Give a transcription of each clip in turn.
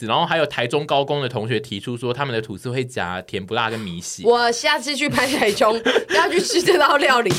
司，然后还有台中高工的同学提出说，他们的吐司会夹甜不辣跟米血。我下次去拍台中，要去吃这道料理。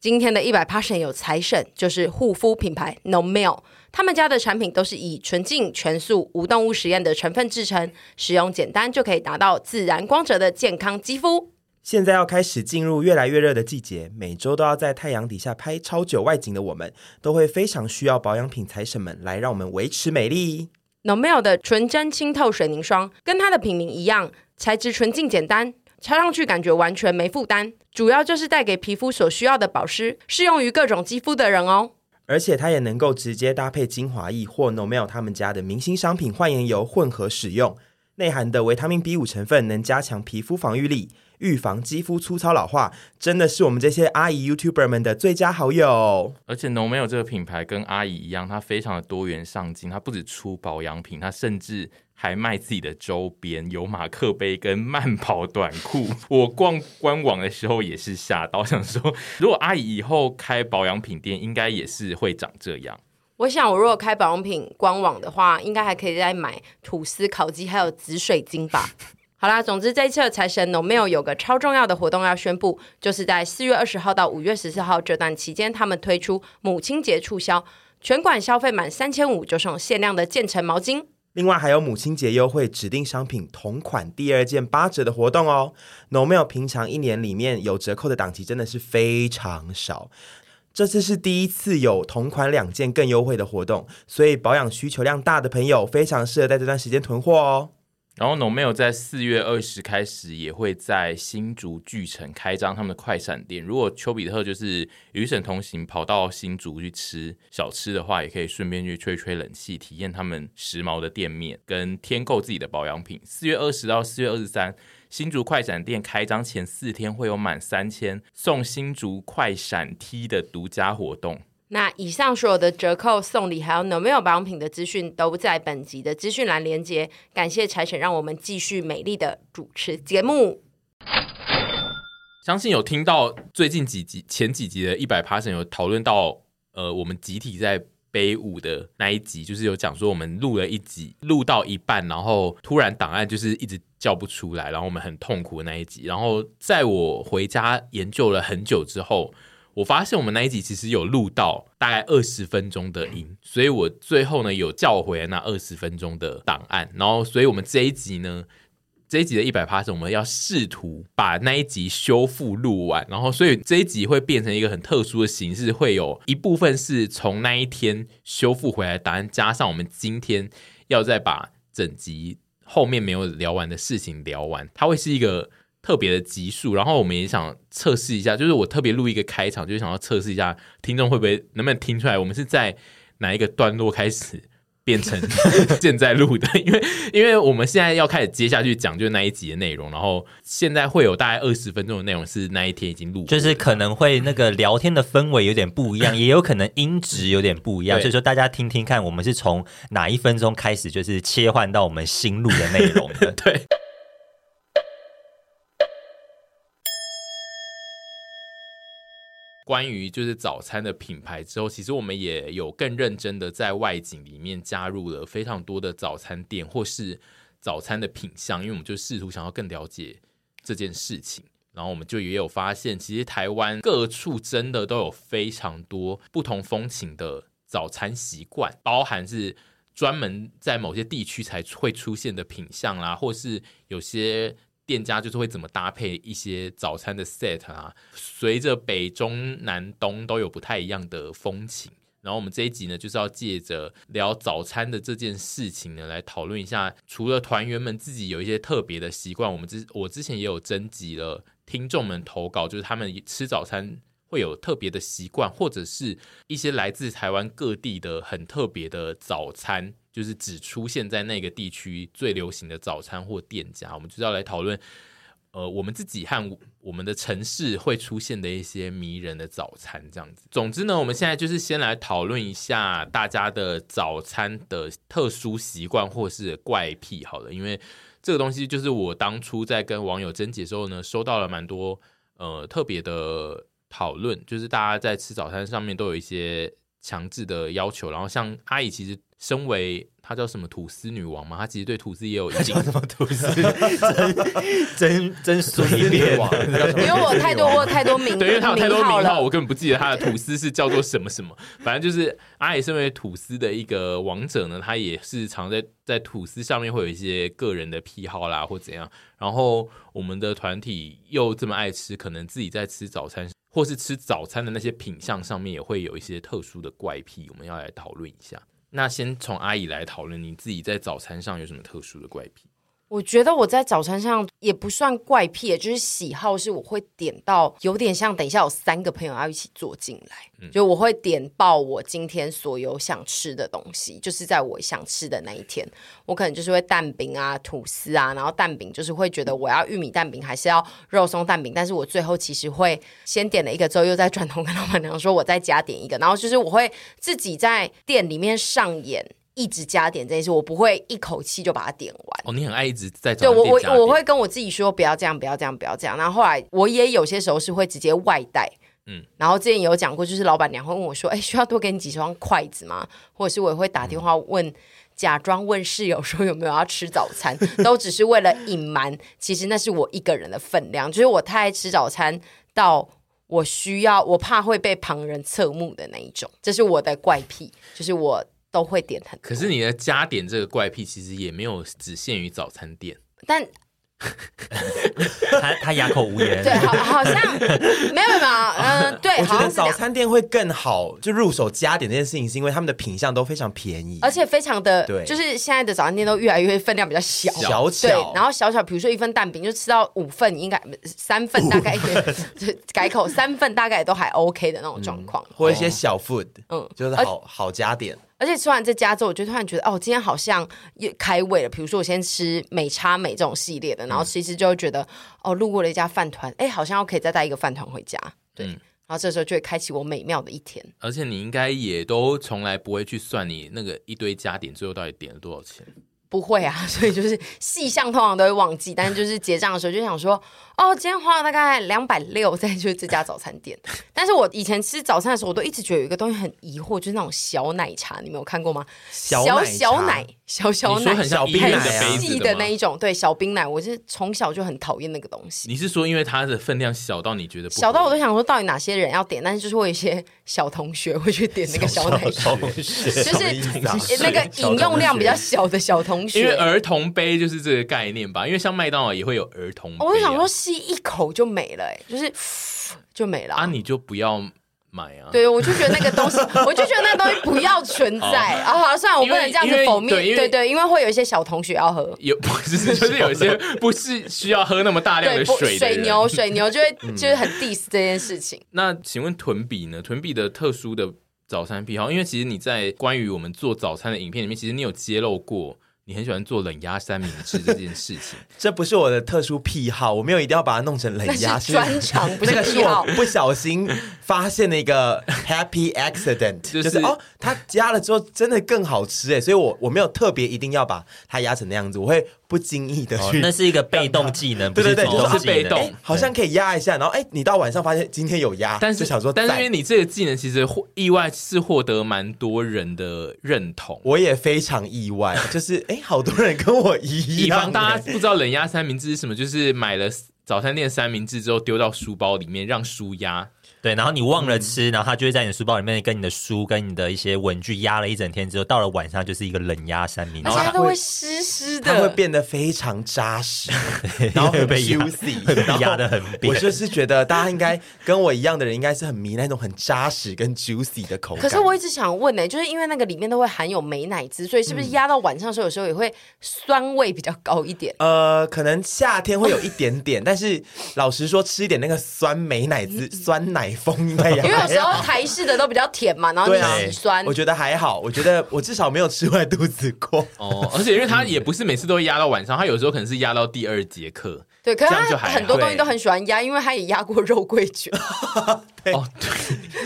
今天的一百 passion 有财神，就是护肤品牌 No Mail，他们家的产品都是以纯净、全素、无动物实验的成分制成，使用简单就可以达到自然光泽的健康肌肤。现在要开始进入越来越热的季节，每周都要在太阳底下拍超久外景的我们，都会非常需要保养品财神们来让我们维持美丽。 n o m e l 的纯真清透水凝霜，跟它的品名一样，材质纯净简单，擦上去感觉完全没负担，主要就是带给皮肤所需要的保湿，适用于各种肌肤的人哦。而且它也能够直接搭配精华液或 n o m e l 他们家的明星商品焕颜油混合使用，内含的维他命 B 五成分能加强皮肤防御力，预防肌肤粗糙老化，真的是我们这些阿姨 YouTuber 们的最佳好友。而且 No Mail 这个品牌跟阿姨一样，它非常的多元上进，它不止出保养品，它甚至还卖自己的周边，有马克杯跟慢跑短裤。我逛官网的时候也是吓到，想说如果阿姨以后开保养品店，应该也是会长这样。我想，我如果开保养品官网的话，应该还可以再买吐司、烤鸡还有紫水晶吧。好啦，总之这一次的财神 No Mail 有个超重要的活动要宣布，就是在四月二十号到五月十四号这段期间，他们推出母亲节促销，全馆消费满三千五就送限量的渐层毛巾。另外还有母亲节优惠指定商品同款第二件八折的活动哦。n o m e l 平常一年里面有折扣的档期真的是非常少，这次是第一次有同款两件更优惠的活动，所以保养需求量大的朋友非常适合在这段时间囤货哦。然后 No Mail 在四月二十开始也会在新竹巨城开张他们的快闪店。如果丘比特就是与省同行跑到新竹去吃小吃的话，也可以顺便去吹吹冷气，体验他们时髦的店面跟添购自己的保养品。四月二十到四月二十三，新竹快闪店开张前四天会有满三千送新竹快闪 T 的独家活动。那以上所有的折扣、送礼还有 No Mail 保养品的资讯都在本集的资讯栏连接。感谢柴神让我们继续美丽的主持节 目。相信有听到最近几集前几集的一百 p a s s o n 有讨论到，呃，我们集体在背舞的那一集，就是有讲说我们录了一集，录到一半，然后突然档案就是一直叫不出来，然后我们很痛苦的那一集。然后在我回家研究了很久之后，我发现我们那一集其实有录到大概二十分钟的音，所以我最后呢有叫回来那二十分钟的档案，然后所以我们这一集呢这一集的一百 p a s 我们要试图把那一集修复录完，然后所以这一集会变成一个很特殊的形式，会有一部分是从那一天修复回来的答案，加上我们今天要再把整集后面没有聊完的事情聊完，它会是一个特别的集数。然后我们也想测试一下，就是我特别录一个开场，就是想要测试一下听众会不会能不能听出来，我们是在哪一个段落开始变成 现在录的，因为因为我们现在要开始接下去讲就是那一集的内容，然后现在会有大概二十分钟的内容是那一天已经录过的，就是可能会那个聊天的氛围有点不一样，也有可能音质有点不一样，对。所以说大家听听看，我们是从哪一分钟开始，就是切换到我们新录的内容 的对。关于就是早餐的品牌之后，其实我们也有更认真的在外景里面加入了非常多的早餐店或是早餐的品相，因为我们就试图想要更了解这件事情。然后我们就也有发现，其实台湾各处真的都有非常多不同风情的早餐习惯，包含是专门在某些地区才会出现的品相啦，或是有些店家就是会怎么搭配一些早餐的 set 啊。随着北中南东都有不太一样的风情。然后我们这一集呢，就是要借着聊早餐的这件事情呢，来讨论一下，除了团员们自己有一些特别的习惯，我们之我之前也有征集了听众们投稿，就是他们吃早餐会有特别的习惯，或者是一些来自台湾各地的很特别的早餐，就是只出现在那个地区最流行的早餐或店家，我们就是要来讨论。呃，我们自己和我我们的城市会出现的一些迷人的早餐，这样子。总之呢，我们现在就是先来讨论一下大家的早餐的特殊习惯或是怪癖好了，因为这个东西就是我当初在跟网友征集的时候呢，收到了蛮多呃特别的讨论，就是大家在吃早餐上面都有一些强制的要求。然后像阿姨，其实身为她叫什么吐司女王嘛，她其实对吐司也有一定什么吐司，真真真随女便王，因为我太多我有太多名对，因为他有太多名名号，了。我根本不记得他的吐司是叫做什么什 么。反正就是阿野身为吐司的一个王者呢，他也是常在在吐司上面会有一些个人的癖好啦，或怎样。然后我们的团体又这么爱吃，可能自己在吃早餐或是吃早餐的那些品相上面也会有一些特殊的怪癖，我们要来讨论一下。那先从阿姨来讨论，你自己在早餐上有什么特殊的怪癖？我觉得我在早餐上也不算怪癖，就是喜好是我会点到有点像等一下有三个朋友要一起坐进来，就我会点爆我今天所有想吃的东西，就是在我想吃的那一天，我可能就是会蛋饼啊、吐司啊，然后蛋饼就是会觉得我要玉米蛋饼还是要肉松蛋饼，但是我最后其实会先点了一个之后，又再转头跟老板娘说我再加点一个，然后就是我会自己在店里面上演。一直加点这件事，我不会一口气就把它点完。哦，你很爱一直在对早餐我店加我我点会跟我自己说不要这样，不要这样，不要这样。然后后来我也有些时候是会直接外带，嗯嗯，然后之前有讲过，就是老板娘会问我说，哎、需要多给你几双筷子吗？或者是我也会打电话问。假装问室友说有没有要吃早 餐，都只是为了隐瞒，其实那是我一个人的分量，就是我太爱吃早餐到我需要，我怕会被旁人侧目的那一种，这是我的怪癖，就是我都会点很多。可是你的加点这个怪癖，其实也没有只限于早餐店。但 他他哑口无言。对，好， 好像没有没有，嗯、对，我好觉得像是这早样，餐店会更好，就入手加点这件事情，是因为他们的品相都非常便宜，而且非常的对，就是现在的早餐店都越来越分量比较小。小对巧，，然后小小，比如说一份蛋饼就吃到五份，应该三份大 概对改口三份大概也都还 OK 的那种状况。或一些小 food，嗯嗯，就是而好好加点。而且吃完这家之后，我就突然觉得，哦，今天好像又开胃了。比如说，我先吃美差美这种系列的，然后吃一吃就会觉得，哦，路过了一家饭团，哎，好像又可以再带一个饭团回家。对，嗯然后这时候就会开启我美妙的一天。而且你应该也都从来不会去算你那个一堆加点最后到底点了多少钱。不会啊， 所以就是细项通常都会忘记，但是就是结账的时候就想说，哦，今天花了大概两百六在就是这家早餐店。 但是我以前吃早餐的时候，我都一直觉得有一个东西很疑惑，就是那种小奶茶，你们有看过吗？小小奶茶小奶，小小你奶说，很像小冰奶的冰奶啊杯细子的吗那一种，对，小冰奶，我是从小就很讨厌那个东西。你是说因为它的分量小到你觉得不合理小到我都想说，到底哪些人要点？但是就是会有一些小同学会去点那个小奶茶，就就是是啊那个小饮同用量比学较小的小同学，因为儿童杯就是这个概念吧？因为像麦当劳也会有儿童杯、啊，哦我就想说吸一口就没了、欸，就是就没了。啊，你就不要买啊。对，我就觉得那个 东西，我就觉得那个东西不要存在啊！好了，算了，我不能这样哦因子为否面对因为对对，因为会有一些小同学要喝，有 不是就是有些不是需要喝那么大量的对，不水的水人嗯牛水牛就会就是很 diss 这件事情。那请问屯比呢？屯比的特殊的早餐癖好，因为其实你在关于我们做早餐的影片里面，其实你有揭露过你很喜欢做冷压三明治这件事情。这不是我的特殊癖好，我没有一定要把它弄成冷那压，是专长不是那个是癖好我不小心发现的一个 happy accident，就就是是、哦，它加了之后真的更好吃哎，所以我我没有特别一定要把它压成那样子，我会不经意的哦去。那是一个被动技能，对对对，不主就动是是技被能动哎好像可以压一下，然后哎，你到晚上发现今天有压，但是 就想说但是赞因为你这个技能其实获意外是获得蛮多人的认同。我也非常意外，就是 哎，好多人跟我一以样防哎，大家不知道冷压三明治是什么，就是买了早餐店三明治之后丢到书包里面让书压。对，然后你忘了吃，然后他就会在你的书包里面跟你的书跟你的一些文具压了一整天之后，到了晚上就是一个冷压三明而治且。它它都会会湿湿它会的，变得非常扎实，然后会很被压 juicy，会被然后 压得很扁我就是觉得大家应该跟我一样的人，应该是很迷那种很扎实跟 juicy 的口感。可是我一直想问呢、欸就是因为那个里面都会含有美乃滋，所以是嗯不是压到晚上的时候，有时候也会酸味比较高一点？呃，可能夏天会有一点点，但是老实说，吃一点那个酸美奶滋、酸奶风应该也嗯哎因为有还时好。候台式的都比较甜嘛，然后对啊你洗酸我，觉得还好，我觉得我至少没有吃坏肚子过。 哦，而且因为他也不是每次都会压到晚上，他有时候可能是压到第二节课，对，可是这样他就还好很多东西都很喜欢压，因为他也压过肉桂卷，哦，对，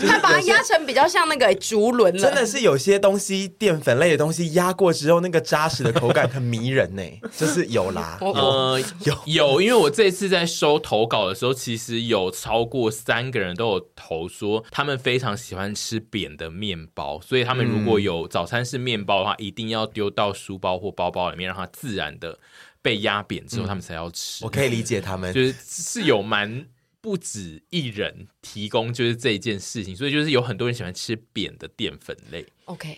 他把它压成比较像那个竹轮了真。的是有些东西淀粉类的东西压过之后，那个扎实的口感很迷人呢，就是有啦。我我呃，有 有，因为我这次在收投稿的时候，其实有超过三个人都有投说他们非常喜欢吃扁的面包，所以他们如果有早餐是面包的话，一定要丢到书包或包包里面，让它自然的被压扁嗯之后，他们才要吃。我可以理解他们就，是是有蛮不止一人提供就是这一件事情，所以就是有很多人喜欢吃扁的淀粉类。 OK，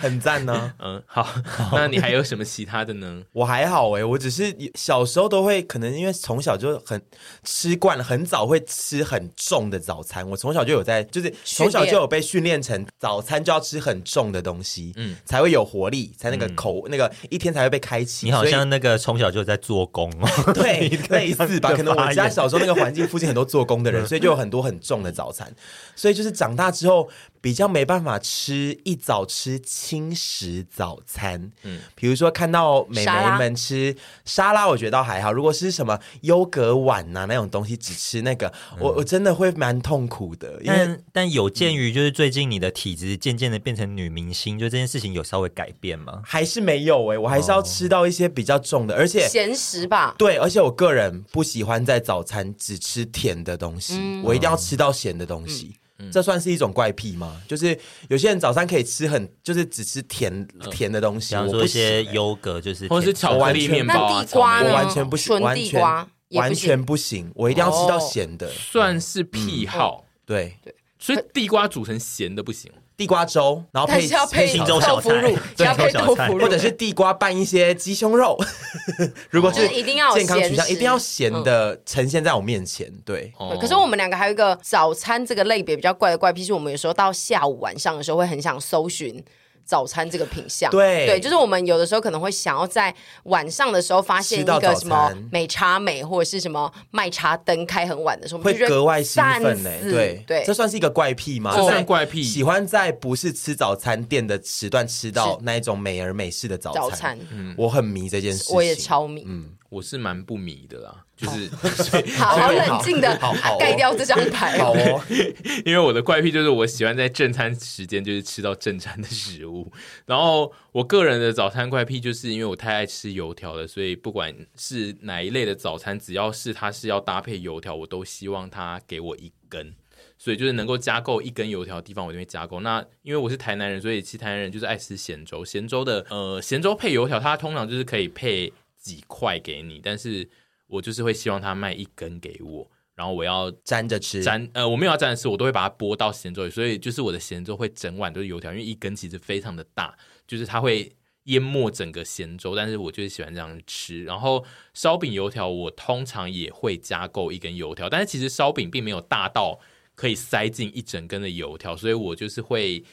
很赞呢、嗯，好，那你还有什么其他的 呢？我还好诶、我只是小时候都会，可能因为从小就很吃惯了，很早会吃很重的早餐。我从小就有在，就是训练从小就有被训练成早餐就要吃很重的东西，嗯，才会有活力，才那个口、那个一天才会被开启。你好所以像那个从小就在做工哦， 对，类似吧？你的可能我发家言小时候那个环境附近很多做工的人，所以就有很多很重的早餐，所以就是长大之后比较没办法吃一早吃轻食早餐。嗯，比如说看到美沙眉拉们吃沙拉，我觉得倒还好。如果是什么优格碗呐、那种东西，只吃那个，我我真的会蛮痛苦的，因为。嗯但但有鉴于就是最近你的体质渐渐的变成女明星，就这件事情有稍微改变吗？还是没有哎、我还是要吃到一些比较重的，而且咸食吧，对，而且我个人不喜欢在早餐只吃甜的东西，嗯我一定要吃到咸的东西。这算是一种怪癖吗？就是有些人早餐可以吃很，就是只吃甜嗯甜的东西，比方我说不一些行。欸优格，就是或者是甜巧克力面包那啊，地瓜草莓我呢完全不行，嗯纯完地全瓜也不完行哦全不行，我一定要吃到咸的。算是嗯癖好，对，所以地瓜煮成咸的不行。地瓜粥，然后但配是要配青豆州小腐乳菜，对要配青州豆小菜腐乳，或者是地瓜拌一些鸡胸肉。 如果就是是一定要有健康取向，咸食嗯一定要咸的呈现在我面前。对，哦对，可是我们两个还有一个早餐这个类别比较怪的怪癖，是我们有时候到下午晚上的时候会很想搜寻。早餐这个品相，对对，就是我们有的时候可能会想要在晚上的时候发现一吃到个早什么餐美茶美或者是什么麦茶灯开很晚的时候，我们会就觉得格外兴奋呢、散死对对这，算是一个怪癖吗？这在算怪癖喜欢在不是吃早餐店的时段吃到那一种美而美式的早餐。嗯早餐我很迷这件事情。我也超迷，嗯我是蛮不迷的啦，就是哦 好好冷静的好好哦盖掉这张牌，好哦，因为我的怪癖就是我喜欢在正餐时间就是吃到正餐的食物，然后我个人的早餐怪癖就是因为我太爱吃油条了，所以不管是哪一类的早餐，只要是它是要搭配油条，我都希望它给我一根。所以就是能够加购一根油条的地方，我就会加购。那因为我是台南人，所以其实台南人就是爱吃咸粥。咸粥的呃，咸粥配油条，它通常就是可以配几块给你，但是我就是会希望他卖一根给我，然后我要沾着吃。沾呃，我没有要沾的是，我都会把它拨到咸粥里，所以就是我的咸粥会整碗都是油条，因为一根其实非常的大，就是它会淹没整个咸粥，但是我就是喜欢这样吃。然后烧饼油条我通常也会加购一根油条，但是其实烧饼并没有大到可以塞进一整根的油条，所以我就是会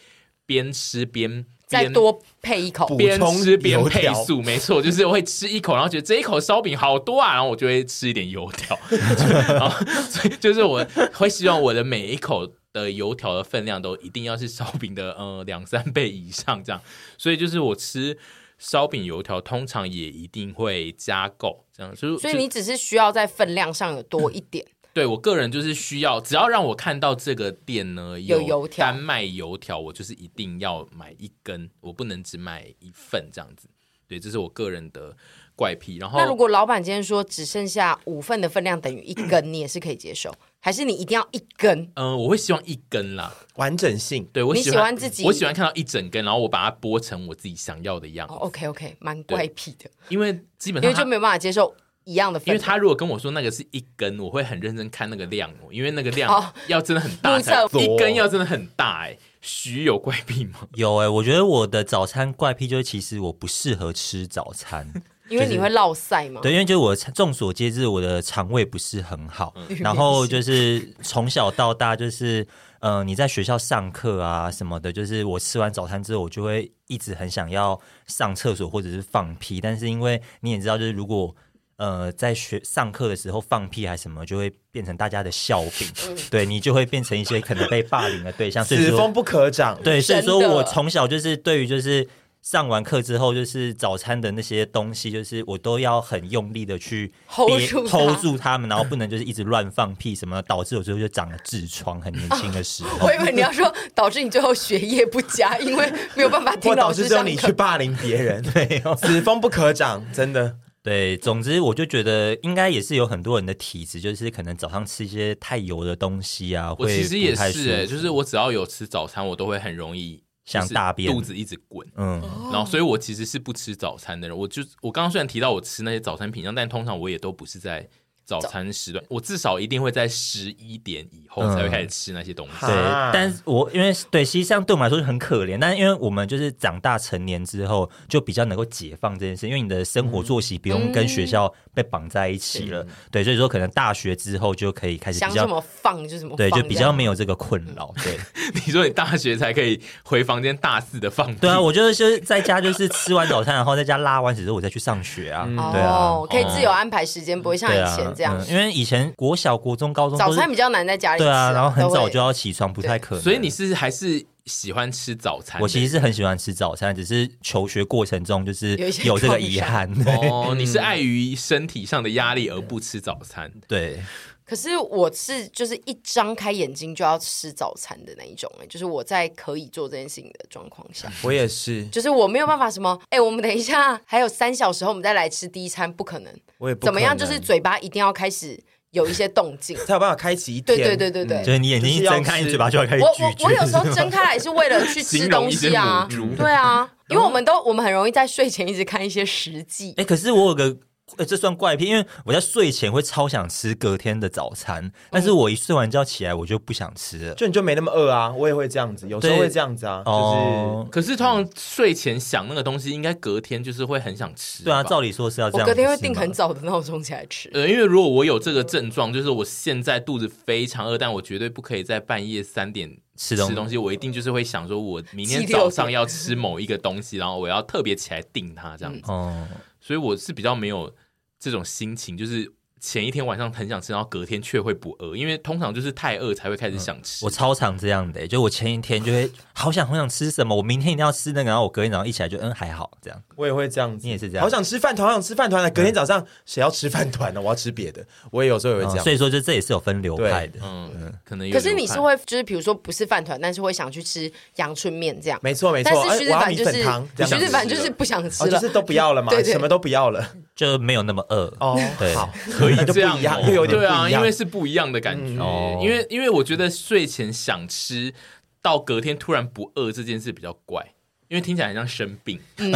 边吃边再边多配一口补，边充吃边油配条速，没错，就是我会吃一口，然后觉得这一口烧饼好多啊，然后我就会吃一点油条， 然后所以就是我会希望我的每一口的油条的分量都一定要是烧饼的呃两三倍以上这样，所以就是我吃烧饼油条通常也一定会加购这样，就是所以你只是需要在分量上有多一点，对我个人就是需要，只要让我看到这个店呢有油条单卖油条，我就是一定要买一根，我不能只买一份这样子。对，这是我个人的怪癖。然后那如果老板今天说只剩下五份的分量等于一根，你也是可以接受，还是你一定要一根？嗯、呃我会希望一根啦。完整性。对我你喜喜欢欢自己我喜欢看到一整根，然后我把它剥成我自己想要的样子，哦、o k OK，蛮怪癖的，因为基本上因为就它没有办法接受一样的分因量。为他如果跟我说那个是一根，我会很认真看那个量哦，因为那个量哦要真的很大目才，测哦一根要真的很大哎、徐有怪癖吗？有哎、我觉得我的早餐怪癖就是，其实我不适合吃早餐。因为你会落晒嘛，对，因为就是我众所皆知，我的肠胃不是很好，然后就是从小到大就是。呃，你在学校上课啊什么的，就是我吃完早餐之后，我就会一直很想要上厕所或者是放屁，但是因为你也知道，就是如果呃在学上课的时候放屁还是什么，就会变成大家的笑柄，对你就会变成一些可能被霸凌的对象，所以此说风不可长，对，所以真说的我从小就是对于就是上完课之后，就是早餐的那些东西，就是我都要很用力的去 hold 憋住它 hold 住它们，然后不能就是一直乱放屁什么的，导致我最后就长了痔疮。很年轻的时候 我，以为你要说导致你最后学业不佳，因为没有办法听或老导师致只有上你去课。霸凌别 人，对哦此风不可长，真的。对，总之我就觉得应该也是有很多人的体质，就是可能早上吃一些太油的东西啊，我会其实也不太舒是、欸，服就是我只要有吃早餐，我都会很容易想就是大便肚子一直滚。嗯，然后，所以我其实是不吃早餐的人。我就我刚刚虽然提到我吃那些早餐品相，但通常我也都不是在早餐时段，我至少一定会在十一点以后才会开始吃那些东西。嗯对啊，但是我因为对，实际上对我们来说是很可怜，但是因为我们就是长大成年之后，就比较能够解放这件事，因为你的生活作息不用跟学校被绑在一起了，对，所以说可能大学之后就可以开始想比怎较，么放就怎么放，对，就比这较样没有这个困扰，对， 你说你大学才可以回房间大肆的放屁对啊，我就是就是在家就是吃完早餐，然后在家拉完屎之后我再去上学啊，对啊。哦，可以自由安排时间，不会像对以啊前这样嗯。因为以前国小、国中、高中都早是餐比较难在家里吃，对啊，然后很都会早就要起床，不太可能。所以你是还是喜欢吃早餐的？我其实是很喜欢吃早餐，只是求学过程中就是有一些有这个创遗伤憾。哦，你是嗯碍于身体上的压力而不吃早餐。对，可是我是就是一张开眼睛就要吃早餐的那一种、欸，就是我在可以做这件事情的状况下，我也是，就是我没有办法什么，哎、我们等一下还有三小时后我们再来吃第一餐，不可能。我也不怎么样，可就能是嘴巴一定要开始有一些动静。才有办法开启一对天。对对对对。就是你眼睛一睁就是要开，吃 你嘴巴就要开始我咀我嚼。我有时候睁开来是为了去吃形容东一些西啊母猪，对啊，因为我们都我们很容易在睡前一直看一些实际，哎、可是我有个。呃这算怪癖，因为我在睡前会超想吃隔天的早餐，嗯但是我一睡完觉起来我就不想吃了。就你就没那么饿啊，我也会这样子，有时候对会这样子啊，就是哦，可是通常睡前想那个东西，应该隔天就是会很想吃。对啊，照。照理说是要这我样。隔天会不是定吗很早的闹钟起来吃。呃，因为如果我有这个症状，就是我现在肚子非常饿，但我绝对不可以在半夜三点吃东东西西，我一定就是会想说，我明七天六早点上要吃某一个东西，然后我要特别起来定它这样子。哦，所以我是比较没有这种心情，就是前一天晚上很想吃，然后隔天却会不饿，因为通常就是太饿才会开始想吃。嗯我超常这样的、欸就我前一天就会好想好想吃什么，我明天一定要吃那个，然后我隔天早上一起来就嗯还好这样。我也会这样子。你也是这样好想吃饭团，好想吃饭团啊！隔天早上谁要吃饭团呢？我要吃别的。我也有时候也会这嗯样。所以说，就这也是有分流派的。嗯，可能有流可汗。是你是会就是比如说不是饭团，但是会想去吃阳春面这样。没错没错但，哎是徐子我要凡米就是粉汤，这徐样子子凡就是不想吃哦，了，就是都不要了嘛， 对对什么都不要了。就没有那么饿哦对，好，可以就这样嗯不哦、一样，又有点不对一啊，因样。为是不一样的感觉。哦因为因为我觉得睡前想吃到隔天突然不饿这件事比较怪，因为听起来很像生病就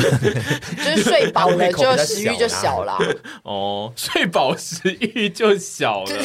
是睡饱了口就比较食欲小就啦小啦。哦。睡饱食欲就小了。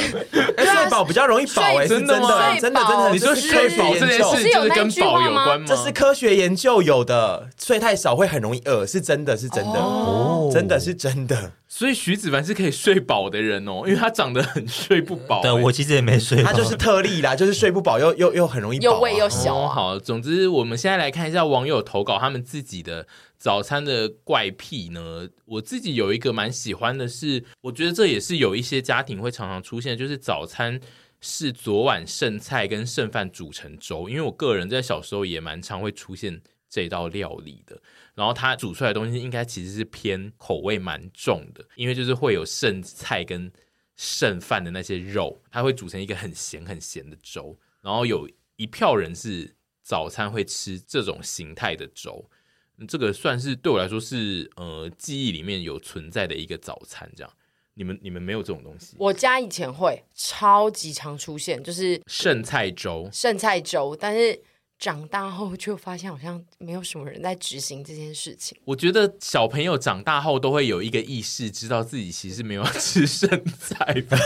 哎对啊睡饱比较容易饱哎，睡是真真的吗的真的真睡的，饱你说这是睡科学饱哦这研件究事就是跟饱有关吗？这是科学研究有的，睡太少会很容易饿，是真的是真的，哦真的是真的。所以徐子凡是可以睡饱的人哦，因为他长得很睡不饱、欸对我其实也没睡饱，他就是特例啦，就是睡不饱又又又很容易饱啊又胃又哦小啊。好，总之我们现在来看一下网友投稿他们自己的早餐的怪癖呢。我自己有一个蛮喜欢的是，我觉得这也是有一些家庭会常常出现，就是早餐是昨晚剩菜跟剩饭煮成粥。因为我个人在小时候也蛮常会出现这道料理的，然后它煮出来的东西应该其实是偏口味蛮重的，因为就是会有剩菜跟剩饭的那些肉，它会煮成一个很咸很咸的粥。然后有一票人是早餐会吃这种形态的粥，嗯这个算是对我来说是呃记忆里面有存在的一个早餐。这样，你们你们没有这种东西？ 我家以前会超级常出现，就是剩菜粥剩菜粥，但是长大后就发现好像没有什么人在执行这件事情。我觉得小朋友长大后都会有一个意识，知道自己其实没有要吃剩菜吧，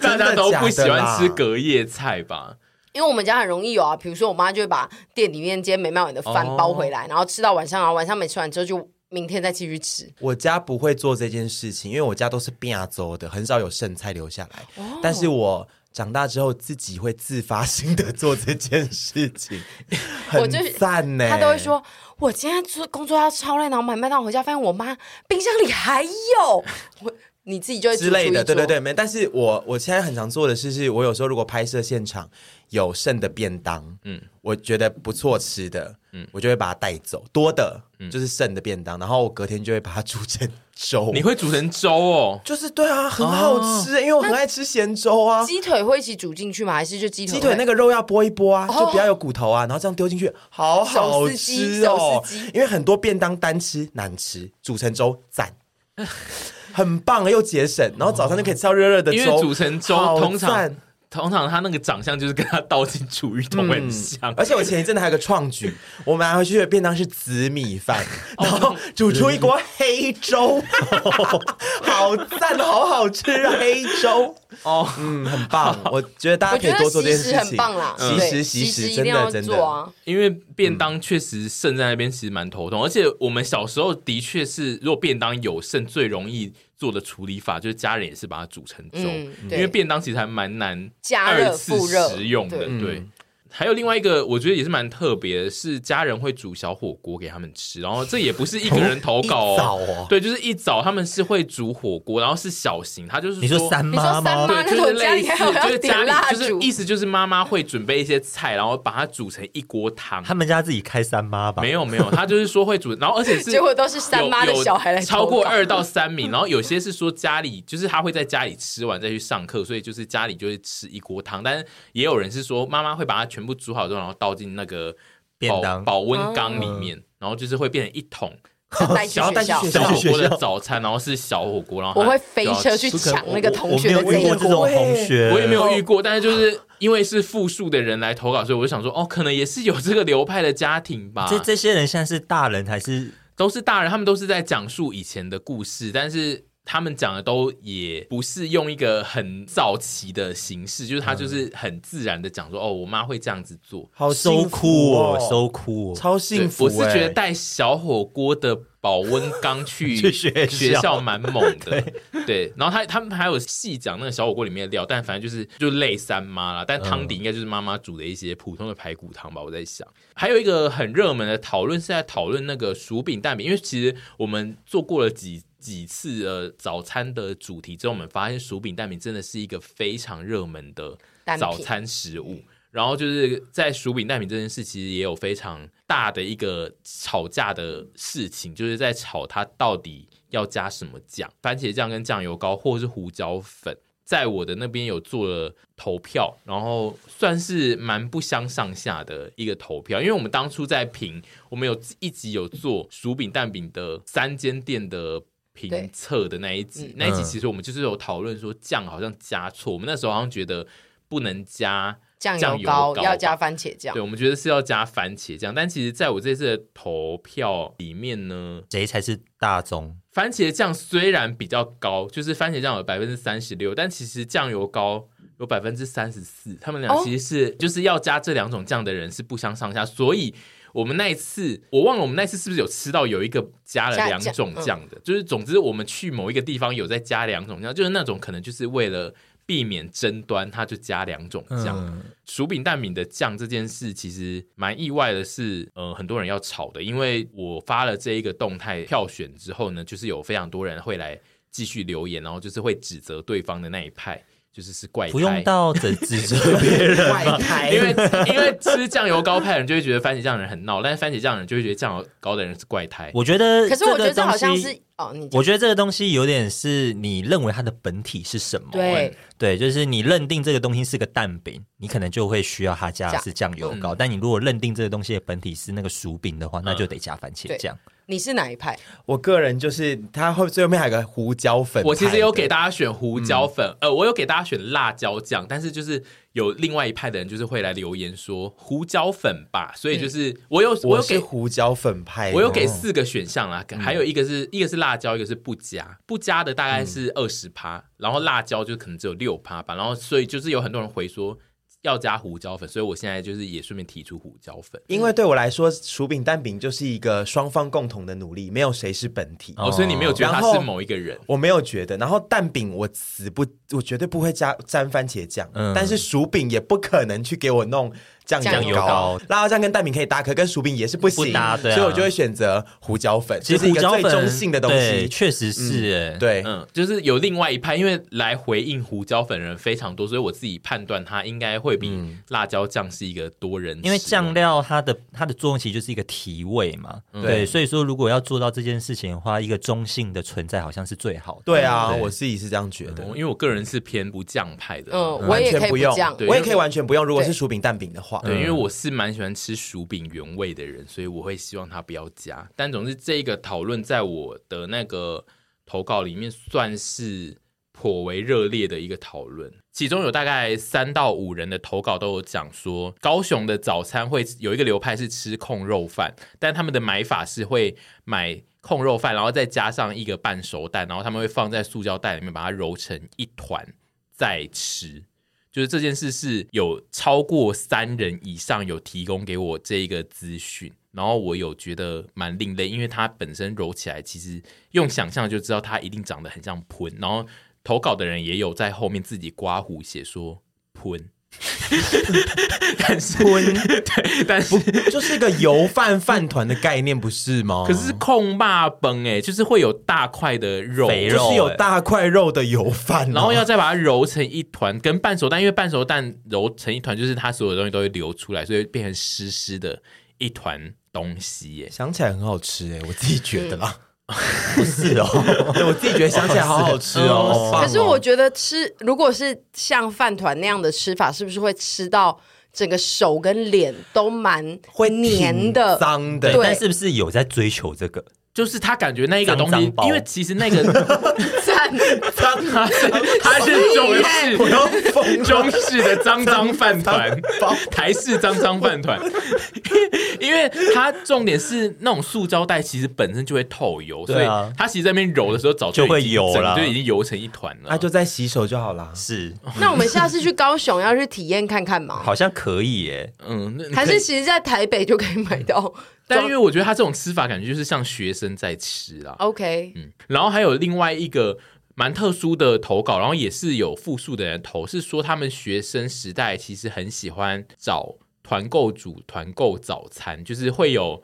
大家都不喜欢吃隔夜菜吧？因为我们家很容易有啊，比如说我妈就会把店里面今天没卖完的饭哦包回来，然后吃到晚上，然后晚上没吃完之后就明天再继续吃。我家不会做这件事情，因为我家都是变粥的，很少有剩菜留下来。哦但是我长大之后自己会自发性的做这件事情， 我很就是赞呢、她都会，说：“我今天做工作到超累，然后买麦当劳回家，发现我妈冰箱里还有。” 我你自己就会之类的，煮出对一对桌对，没。但是我我现在很常做的事是，我有时候如果拍摄现场有剩的便当，嗯，我觉得不错吃的，嗯，我就会把它带走，多的嗯就是剩的便当，然后我隔天就会把它煮成粥。你会哦煮成粥哦？就是对啊，很好吃、因为我很爱吃咸粥啊。鸡腿会一起煮进去吗？还是就鸡腿哦鸡会？腿那个肉要剥一剥啊，就不要有骨头啊，然后这样丢进去，好好吃手哦撕鸡手撕鸡。因为很多便当单吃难吃，煮成粥赞， 很棒啊又节省，然后早上就可以吃到热热的因为粥。煮成粥好通常赞通常它那个长相就是跟它倒进厨余桶很像，而且我前一阵子还有个创 举，我买回去的便当是紫米饭，哦然后煮出一锅黑 粥，好赞，好好吃啊！黑粥，哦，嗯，很棒，我觉得大我家可觉以得多做这其件实事很情嗯棒啦，，其对实其其实一真定要的真做的。啊。因为便当确实剩在那边其实蛮头痛，而且我们小时候的确是，如果便当有剩，最容易做的处理法就是家人也是把它煮成粥，嗯对因为便当其实还蛮难加二热次复热食用的，对对。嗯还有另外一个，我觉得也是蛮特别的，是家人会煮小火锅给他们吃，然后这也不是一个人投稿一早哦，哦对，就是一早他们是会煮火锅，然后是小型，他就是你说三你说妈三吗？妈那对，就是种家类里还有似，就要是家点里蜡就是烛，意思就是妈妈会准备一些菜，然后把它煮成一锅汤。他们家自己开三妈吧？没有没有，他就是说会煮，然后而且是结果都是三妈的有有小孩来超过投稿二到三名，然后有些是说家里就是他会在家里吃完再去上课，所以就是家里就会吃一锅汤，但是也有人是说妈妈会把它全部煮好之后，然后倒进那个便保当保温缸里面，哦然后就是会变成一桶要带去想要带学校去学。小校火锅学的校早餐，然后是小火锅，然后我会还飞车去就要吃抢那个同学我的我没有遇这过个。这种同学，我也没有遇哦过，但是就是因为是复数的人来投稿，所以我就想说，哦，可能也是有这个流派的家庭吧。这这些人现在是大人还是都是大人，他们都是在讲述以前的故事，但是他们讲的都也不是用一个很早期的形式，就是他就是很自然的讲说，哦，我妈会这样子做。好收幸酷福哦哦，，收酷哦？超幸福、我欸。是觉得带小火锅的保温缸去去学校学校蛮猛的，对然后他他们还有细讲那个小火锅里面的料，但反正就是就类三妈啦，但汤底应该就是妈妈煮的一些普通的排骨汤吧，我在想。还有一个很热门的讨论是在讨论那个薯饼蛋饼，因为其实我们做过了几。几次呃早餐的主题之后，我们发现薯饼蛋饼真的是一个非常热门的单品早餐食物。然后就是在薯饼蛋饼这件事，其实也有非常大的一个吵架的事情，就是在吵它到底要加什么酱，番茄酱跟酱油膏，或是胡椒粉。在我的那边有做了投票，然后算是蛮不相上下的一个投票，因为我们当初在评，我们有一集有做薯饼蛋饼的三间店的评对测的那一集，那一集其实我们就是有讨论说酱好像加错，我们那时候好像觉得不能加酱酱油油膏膏要吧加番茄酱对，，我们觉得是要加番茄酱，但其实在我这次的投票里面呢，谁才是大宗？番茄酱虽然比较高，就是番茄酱有百分之三十六，但其实酱油膏有百分之三十四，他们俩哦其实是、就是要加这两种酱的人是不相上下，所以。我们那一次，我忘了我们那次是不是有吃到有一个加了加两酱种嗯酱的，就是总之我们去某一个地方有在加两种酱，就是那种可能就是为了避免争端，他就加两种酱。嗯，薯饼蛋饼的酱这件事，其实蛮意外的是，呃，很多人要吵的，因为我发了这一个动态票选之后呢，就是有非常多人会来继续留言，然后就是会指责对方的那一派，就是是怪胎。不用到指指责别 人，怪胎因为因为吃酱油膏派的人就会觉得番茄酱的人很闹，但是番茄酱的人就会觉得酱油膏的人是怪胎。我觉得可是我觉得这这个好东西像是哦，你我觉得这个东西有点是你认为它的本体是什么？对对，就是你认定这个东西是个蛋饼，你可能就会需要它加的是酱油嗯膏。但你如果认定这个东西的本体是那个薯饼的话，那就得加番茄酱。你是哪一派？我个人就是它后最后面还有个胡椒粉派的，我其实有给大家选胡椒粉，嗯呃，我有给大家选辣椒酱，但是就是有另外一派的人就是会来留言说胡椒粉吧，所以嗯就是我有、我我有是给胡椒粉哎派哦的，我有给四个选项嗯啦，还有一个是一个是辣椒，一个是不加，不加的大概是嗯二十趴，然后辣椒就可能只有六趴吧，然后所以就是有很多人回说要加胡椒粉，所以我现在就是也顺便提出胡椒粉。因为对我来说，薯饼蛋饼就是一个双方共同的努力，没有谁是本体。哦，所以你没有觉得然他后是某一个哦人，我没有觉得，然后蛋饼我嗯死不，我绝对不会加沾番茄酱，但是薯饼也不可能去给我弄酱酱油油膏膏、辣椒酱跟蛋饼可以搭，可跟薯饼也是不行，不搭对啊所以我就会选择胡椒粉，其这实是一胡个椒最粉中性的东对西。确实是哎、对，嗯，就是有另外一派，因为来回应胡椒粉的人非常多，所以我自己判断它应该会比辣椒酱是一个多人使用，嗯因为酱料它的它的作用其实就是一个提味嘛，对对，所以说如果要做到这件事情的话，一个中性的存在好像是最好的。对啊，我自己是这样觉哦，得。因为我个人是偏不酱派的，嗯，我完也全可以不这用样，对，我也可以完全不用。如果是对薯饼蛋饼的话，对，因为我是蛮喜欢吃薯饼原味的人，所以我会希望它不要加。但总之，这个讨论在我的那个投稿里面算是颇为热烈的一个讨论。其中有大概三到五人的投稿都有讲说，高雄的早餐会有一个流派是吃控肉饭，但他们的买法是会买控肉饭，然后再加上一个半熟蛋，然后他们会放在塑胶袋里面把它揉成一团再吃。就是这件事是有超过三人以上有提供给我这一个资讯，然后我有觉得蛮另类，因为它本身揉起来，其实用想象就知道它一定长得很像喷，然后投稿的人也有在后面自己刮胡写说喷， 但是吞对，但是嗯就是一个油饭饭团的概念，不是吗？可哦是控霸崩哎，就是会有大块的肉，肥就肉是欸有大块肉的油饭啊，然后要再把它揉成一团，跟半熟蛋，因为半熟蛋揉成一团，就是它所有东西都会流出来，所以变成湿湿的一团东西耶。想起来很好吃哎，我自己觉得 啦，不是哦， 对我自己觉得想起来好好吃哦哦是。好棒哦可是我觉得吃，如果是像饭团那样的吃法，是不是会吃到整个手跟脸都蛮会黏的挺？脏的，对但是不是有在追求这个？就是他感觉那一个东西，脏脏包因为其实那个 赞脏，他是他是中我式要疯了中式的脏脏饭团脏 包，台式脏脏饭团，因为它重点是那种塑胶袋其实本身就会透油，所对以啊它其实在那边揉的时候早就会已经油整啦啊就已经油成一团了。那就再洗手就好啦。哎是， 那我们下次去高雄要去体验看看嘛？好像可以耶。嗯，那你还可以是其实，在台北就可以买到？但因为我觉得他这种吃法感觉就是像学生在吃啦。哦 OK，嗯，然后还有另外一个蛮特殊的投稿，然后也是有复数的人投，是说他们学生时代其实很喜欢找团购组团购早餐，就是会有。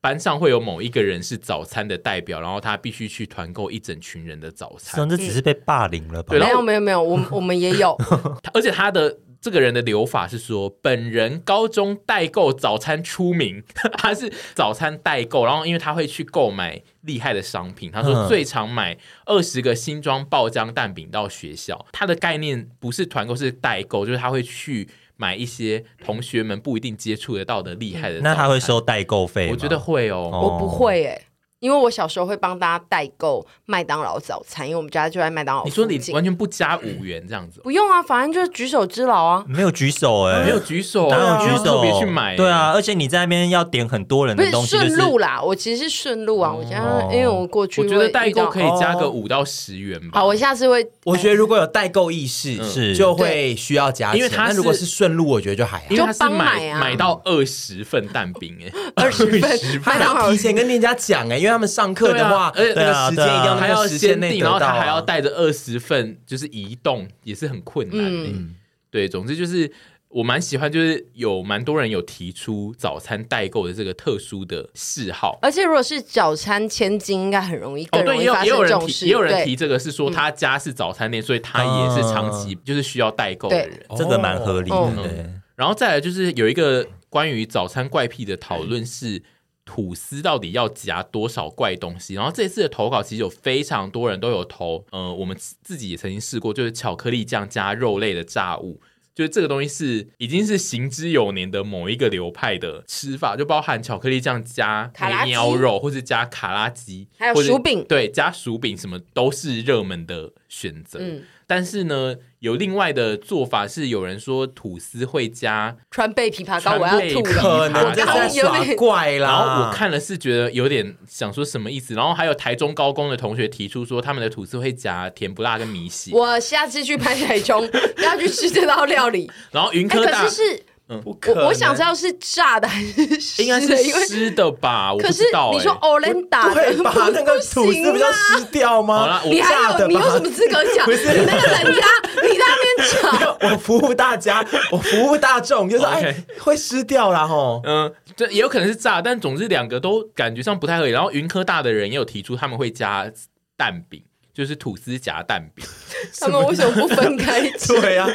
班上会有某一个人是早餐的代表，然后他必须去团购一整群人的早这餐。种这只是被霸凌了吧对？没然后有没有没有，我们我们也有，哦他而且他的这个人的留法是说，本人高中代购早餐出名， 他是早餐代购，然后因为他会去购买厉害的商品，他说嗯最常买二十个新装爆浆蛋饼到学校。他的概念不是团购，是代购，就是他会去买一些同学们不一定接触得到的厉害的。嗯那他会，收代购费吗？我觉得会哦。哦我不会哎、因为我小时候会帮大家代购麦当劳早餐，因为我们家就在麦当劳你附说近。你完全不加五元这样子哦，不用啊，反正就是举手之劳啊。没有举手哎，没有举手，啊哦哪有没有举手？特别去买，对啊，，而且你在那边要点很多人不的是东西，就顺是哦路啦，我其实是顺路啊。我家因为我过去我会觉得代购可遇以加哦个五到十元吧。到好，我下次会我觉得如果有代购意识，嗯是就会需要加钱。因为它那是如果是顺路，我觉得就还好因。为他是就帮买买啊到二十份蛋饼 哎、二十分20麦还当劳要提前跟店家讲哎，因为他们上课的话，对啊而且那个时间一定要还那要个时间限内定，得然后到他啊。还要带着二十份，就是移动也是很困难、欸。对，总之就是我蛮喜欢，就是有蛮多人有提出早餐代购的这个特殊的嗜好。而且如果是早餐千金，应该很容易哦，更对，容也易有发也生有这人种提，事。也有人提对，这个是说他家是早餐店，所以他也是长期就是需要代购的对人。这个蛮合理哦的。对然后再来就是有一个关于早餐怪癖的讨论是。吐司到底要夹多少怪东西？然后这次的投稿其实有非常多人都有投，呃，我们自己也曾经试过，就是巧克力酱加肉类的炸物，就是这个东西是已经是行之有年的某一个流派的吃法，就包含巧克力酱加卡拉鸡牛肉，或是加卡拉鸡，还有或者薯饼对，加薯饼什么都是热门的选择。嗯但是呢，有另外的做法是，有人说吐司会加，川贝枇杷膏，我要川贝枇吐了。杷可能这是哦在耍怪啦。啊然后我看了是觉得有点想说什么意思。然后还有台中高工的同学提出说，他们的吐司会加甜不辣跟米血。我下次去拍台 中，要去吃这道料理。然后云哎，科可大嗯是是不可能我我想知道是炸的还是湿应该的，是因为湿的吧？我不可是知道、欸。你说 Olenda 对的吧？不那个吐不行司不要啦湿掉吗？好啦我你还炸有的你有吧什么资格讲？你那个人家，你在那边讲， 我服务大家，我服务大众，就是说哎 OK 会湿掉啦吼。嗯，这也有可能是炸，但总之两个都感觉上不太合理。然后云科大的人也有提出他们会加蛋饼，就是吐司夹蛋饼。他们为什么不分开 吃？对啊，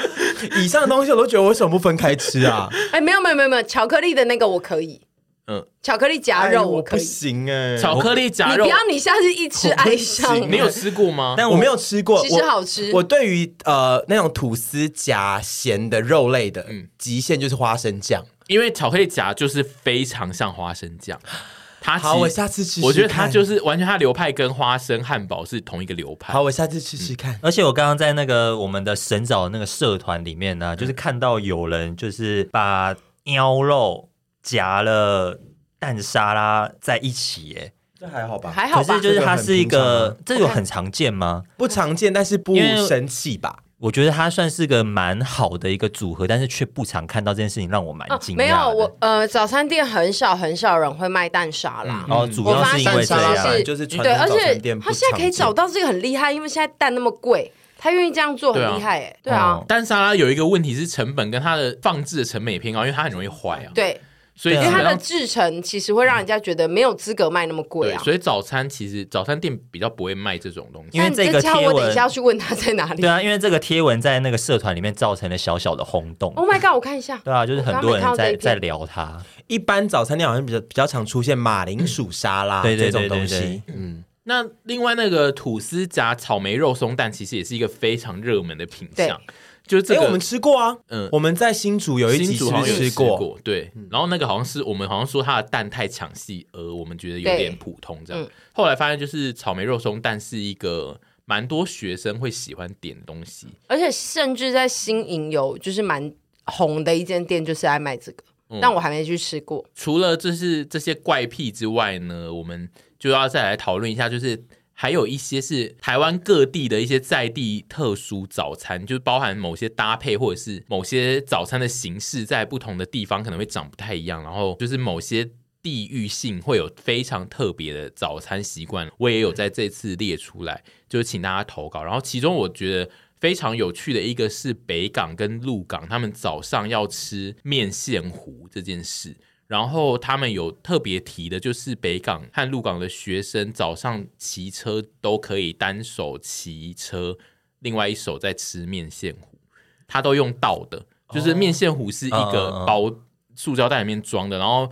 以上的东西我都觉得我为什么不分开吃啊？哎，没有没有没有没有，巧克力的那个我可以，嗯嗯，巧克力夹哎肉我可不以。行哎，巧克力夹你肉不，要，你下次一吃我不爱上了行你有吃过吗？但我没有吃过，其实好吃我。我对于呃那种吐司夹咸的肉类的嗯极限就是花生酱。因为巧克力夹就是非常像花生酱，啊它其实好，我下次吃吃看。我觉得它就是完全它流派跟花生汉堡是同一个流派好，。嗯我下次吃吃看。而且我刚刚在那个我们的神早那个社团里面嗯呢、就是看到有人就是把腰肉夹了蛋沙拉在一起耶，这还好吧还好可吧是就是它是一个，这这个很平常啊有很常见吗？不常见，但是不因为生气吧？我觉得它算是个蛮好的一个组合，但是却不常看到这件事情，让我蛮啊惊讶的、没有我呃，早餐店很少很少人会卖蛋沙拉。然嗯哦后主我要发是因现为这其蛋沙拉本样啊来实就是传对，统而早餐且店他不现在可以常见找到这个很厉害，因为现在蛋那么贵，他愿意这样做对啊很厉害哎。对啊哦，但沙拉有一个问题是成本跟它的放置的成本也偏高，因为它很容易坏啊。，对，所以对因啊基为本它的上制成其实会让人家觉得没有资格卖那么贵对，啊。所以早餐其实早餐店比较不会卖这种东西。因为但这个家伙贴我等一文下要去问他在哪里对。啊，因为这个贴文在那个社团里面造成了小小的轰动。 Oh my god！我看一下，对啊，就是很多我刚刚没看到人这在一篇在聊它。一般早餐店好像比较比较常出现马铃薯沙拉对这对种对东对对西，嗯，那另外那个吐司夹草莓肉松蛋，其实也是一个非常热门的品相，就是这哎，个、我们吃过啊，嗯嗯，我们在新竹有一集新是竹不好像是有吃过？嗯过，对。然后那个好像是我们好像说它的蛋太抢戏，而我们觉得有对点普通这样。嗯后来发现就是草莓肉松蛋是一个蛮多学生会喜欢点的东西，而且甚至在新营有就是蛮红的一间店，就是爱卖这个，嗯但我还没去吃过。除了就是这些怪癖之外呢，我们就要再来讨论一下，就是还有一些是台湾各地的一些在地特殊早餐，就是包含某些搭配或者是某些早餐的形式，在不同的地方可能会长不太一样，然后就是某些。地域性会有非常特别的早餐习惯，我也有在这次列出来，就是请大家投稿。然后其中我觉得非常有趣的一个是北港跟鹿港，他们早上要吃面线糊这件事。然后他们有特别提的，就是北港和鹿港的学生早上骑车都可以单手骑车，另外一手在吃面线糊，他都用倒的，就是面线糊是一哦嗯嗯个嗯包塑胶袋里面装的，然后。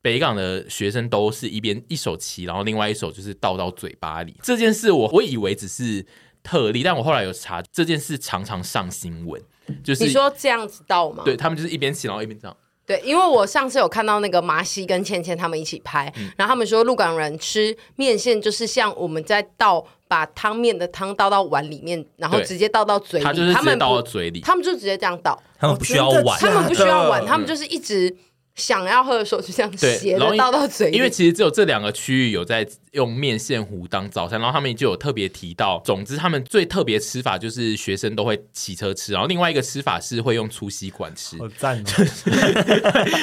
北港的学生都是一边一手骑，然后另外一手就是倒到嘴巴里。这件事我我以为只是特例，但我后来有查，这件事常常上新闻，就是你说这样子到吗？对他们就是一边骑然后一边这样。对，因为我上次有看到那个麻西跟倩倩他们一起拍，嗯然后他们说鹿港人吃面线就是像我们在倒把汤面的汤倒到碗里面，然后对直接倒到嘴里，他就是直接们倒到不，嘴里。他们就直接这样倒，他们哦不需要啊真的碗，他们不需要碗，嗯他们就是一直想要喝的时候就这样对斜然后着因倒到嘴里，因为其实只有这两个区域有在用面线糊当早餐，然后他们就有特别提到。总之，他们最特别吃法就是学生都会骑车吃，然后另外一个吃法是会用粗吸管吃，赞哦，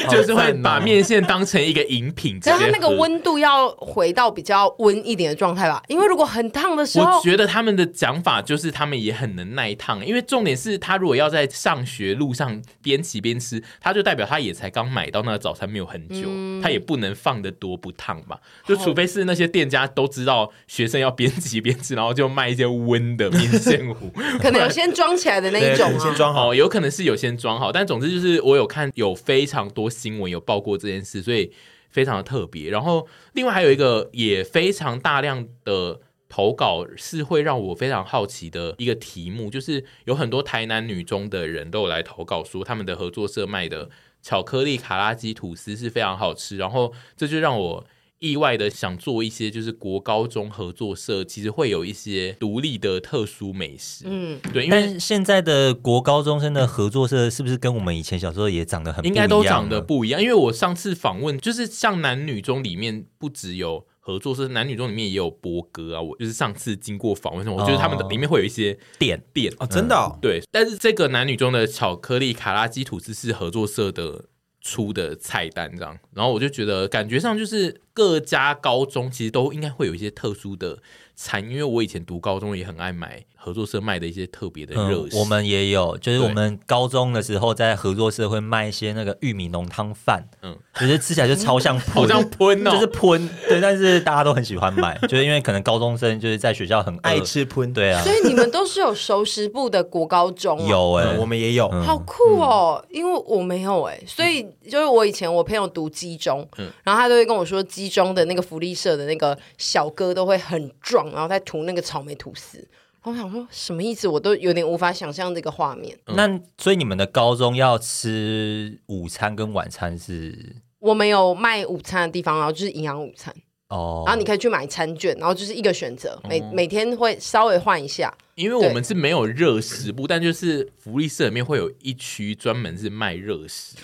就是会把好赞哦面线当成一个饮品直可接喝。是它那个温度要回到比较温一点的状态吧，因为如果很烫的时候我，觉得他们的讲法就是他们也很能耐烫，因为重点是他如果要在上学路上边骑边吃，他就代表他也才刚买到那个早餐没有很久，嗯他也不能放的多不烫吧？就除非是那些店家都知道学生要边骑边吃，然后就卖一些温的 面线糊，可能有先装起来的那一种 对先啊。装好哦，。有可能是有先装好，但总之就是我有看有非常多新闻有报过这件事，所以非常的特别。然后另外还有一个也非常大量的投稿是会让我非常好奇的一个题目，就是有很多台南女中的人都有来投稿说他们的合作社卖的巧克力卡拉鸡吐司是非常好吃，然后这就让我。意外的想做一些，就是国高中合作社其实会有一些独立的特殊美食，嗯，对，因为但现在的国高中生的合作社是不是跟我们以前小时候也长得很不应一该样了都长得不一样，因为我上次访问，就是像男女中里面不只有合作社，男女中里面也有播歌啊。我就是上次经过访问的时候，我觉得他们的哦里面会有一些点变哦，真的哦，对，但是这个男女中的巧克力卡拉鸡吐司是合作社的出的菜单这样，然后我就觉得感觉上就是各家高中其实都应该会有一些特殊的餐，因为我以前读高中也很爱买合作社卖的一些特别的热嗯，食。我们也有，就是对我们高中的时候在合作社会卖一些那个玉米浓汤饭，嗯嗯，就是吃起来就超 像喷，好像喷哦就是喷，对，但是大家都很喜欢买，就是因为可能高中生就是在学校很饿爱，吃喷，对啊所，以你们都是有熟食部的国高中、哦，有哎、嗯，我们也有。好酷哦！因为我没有哎、所以就是我以前我朋友读基中，然后他都会跟我说，基中的那个福利社的那个小哥都会很壮，然后在涂那个草莓吐司。然后我想说什么意思，我都有点无法想象这个画面。嗯那所以你们的高中要吃午餐跟晚餐是我们有卖午餐的地方，然后就是营养午餐，哦，啊然后你可以去买餐券，然后就是一个选择，每、每天会稍微换一下。因为我们是没有热食部，但就是福利社里面会有一区专门是卖热食，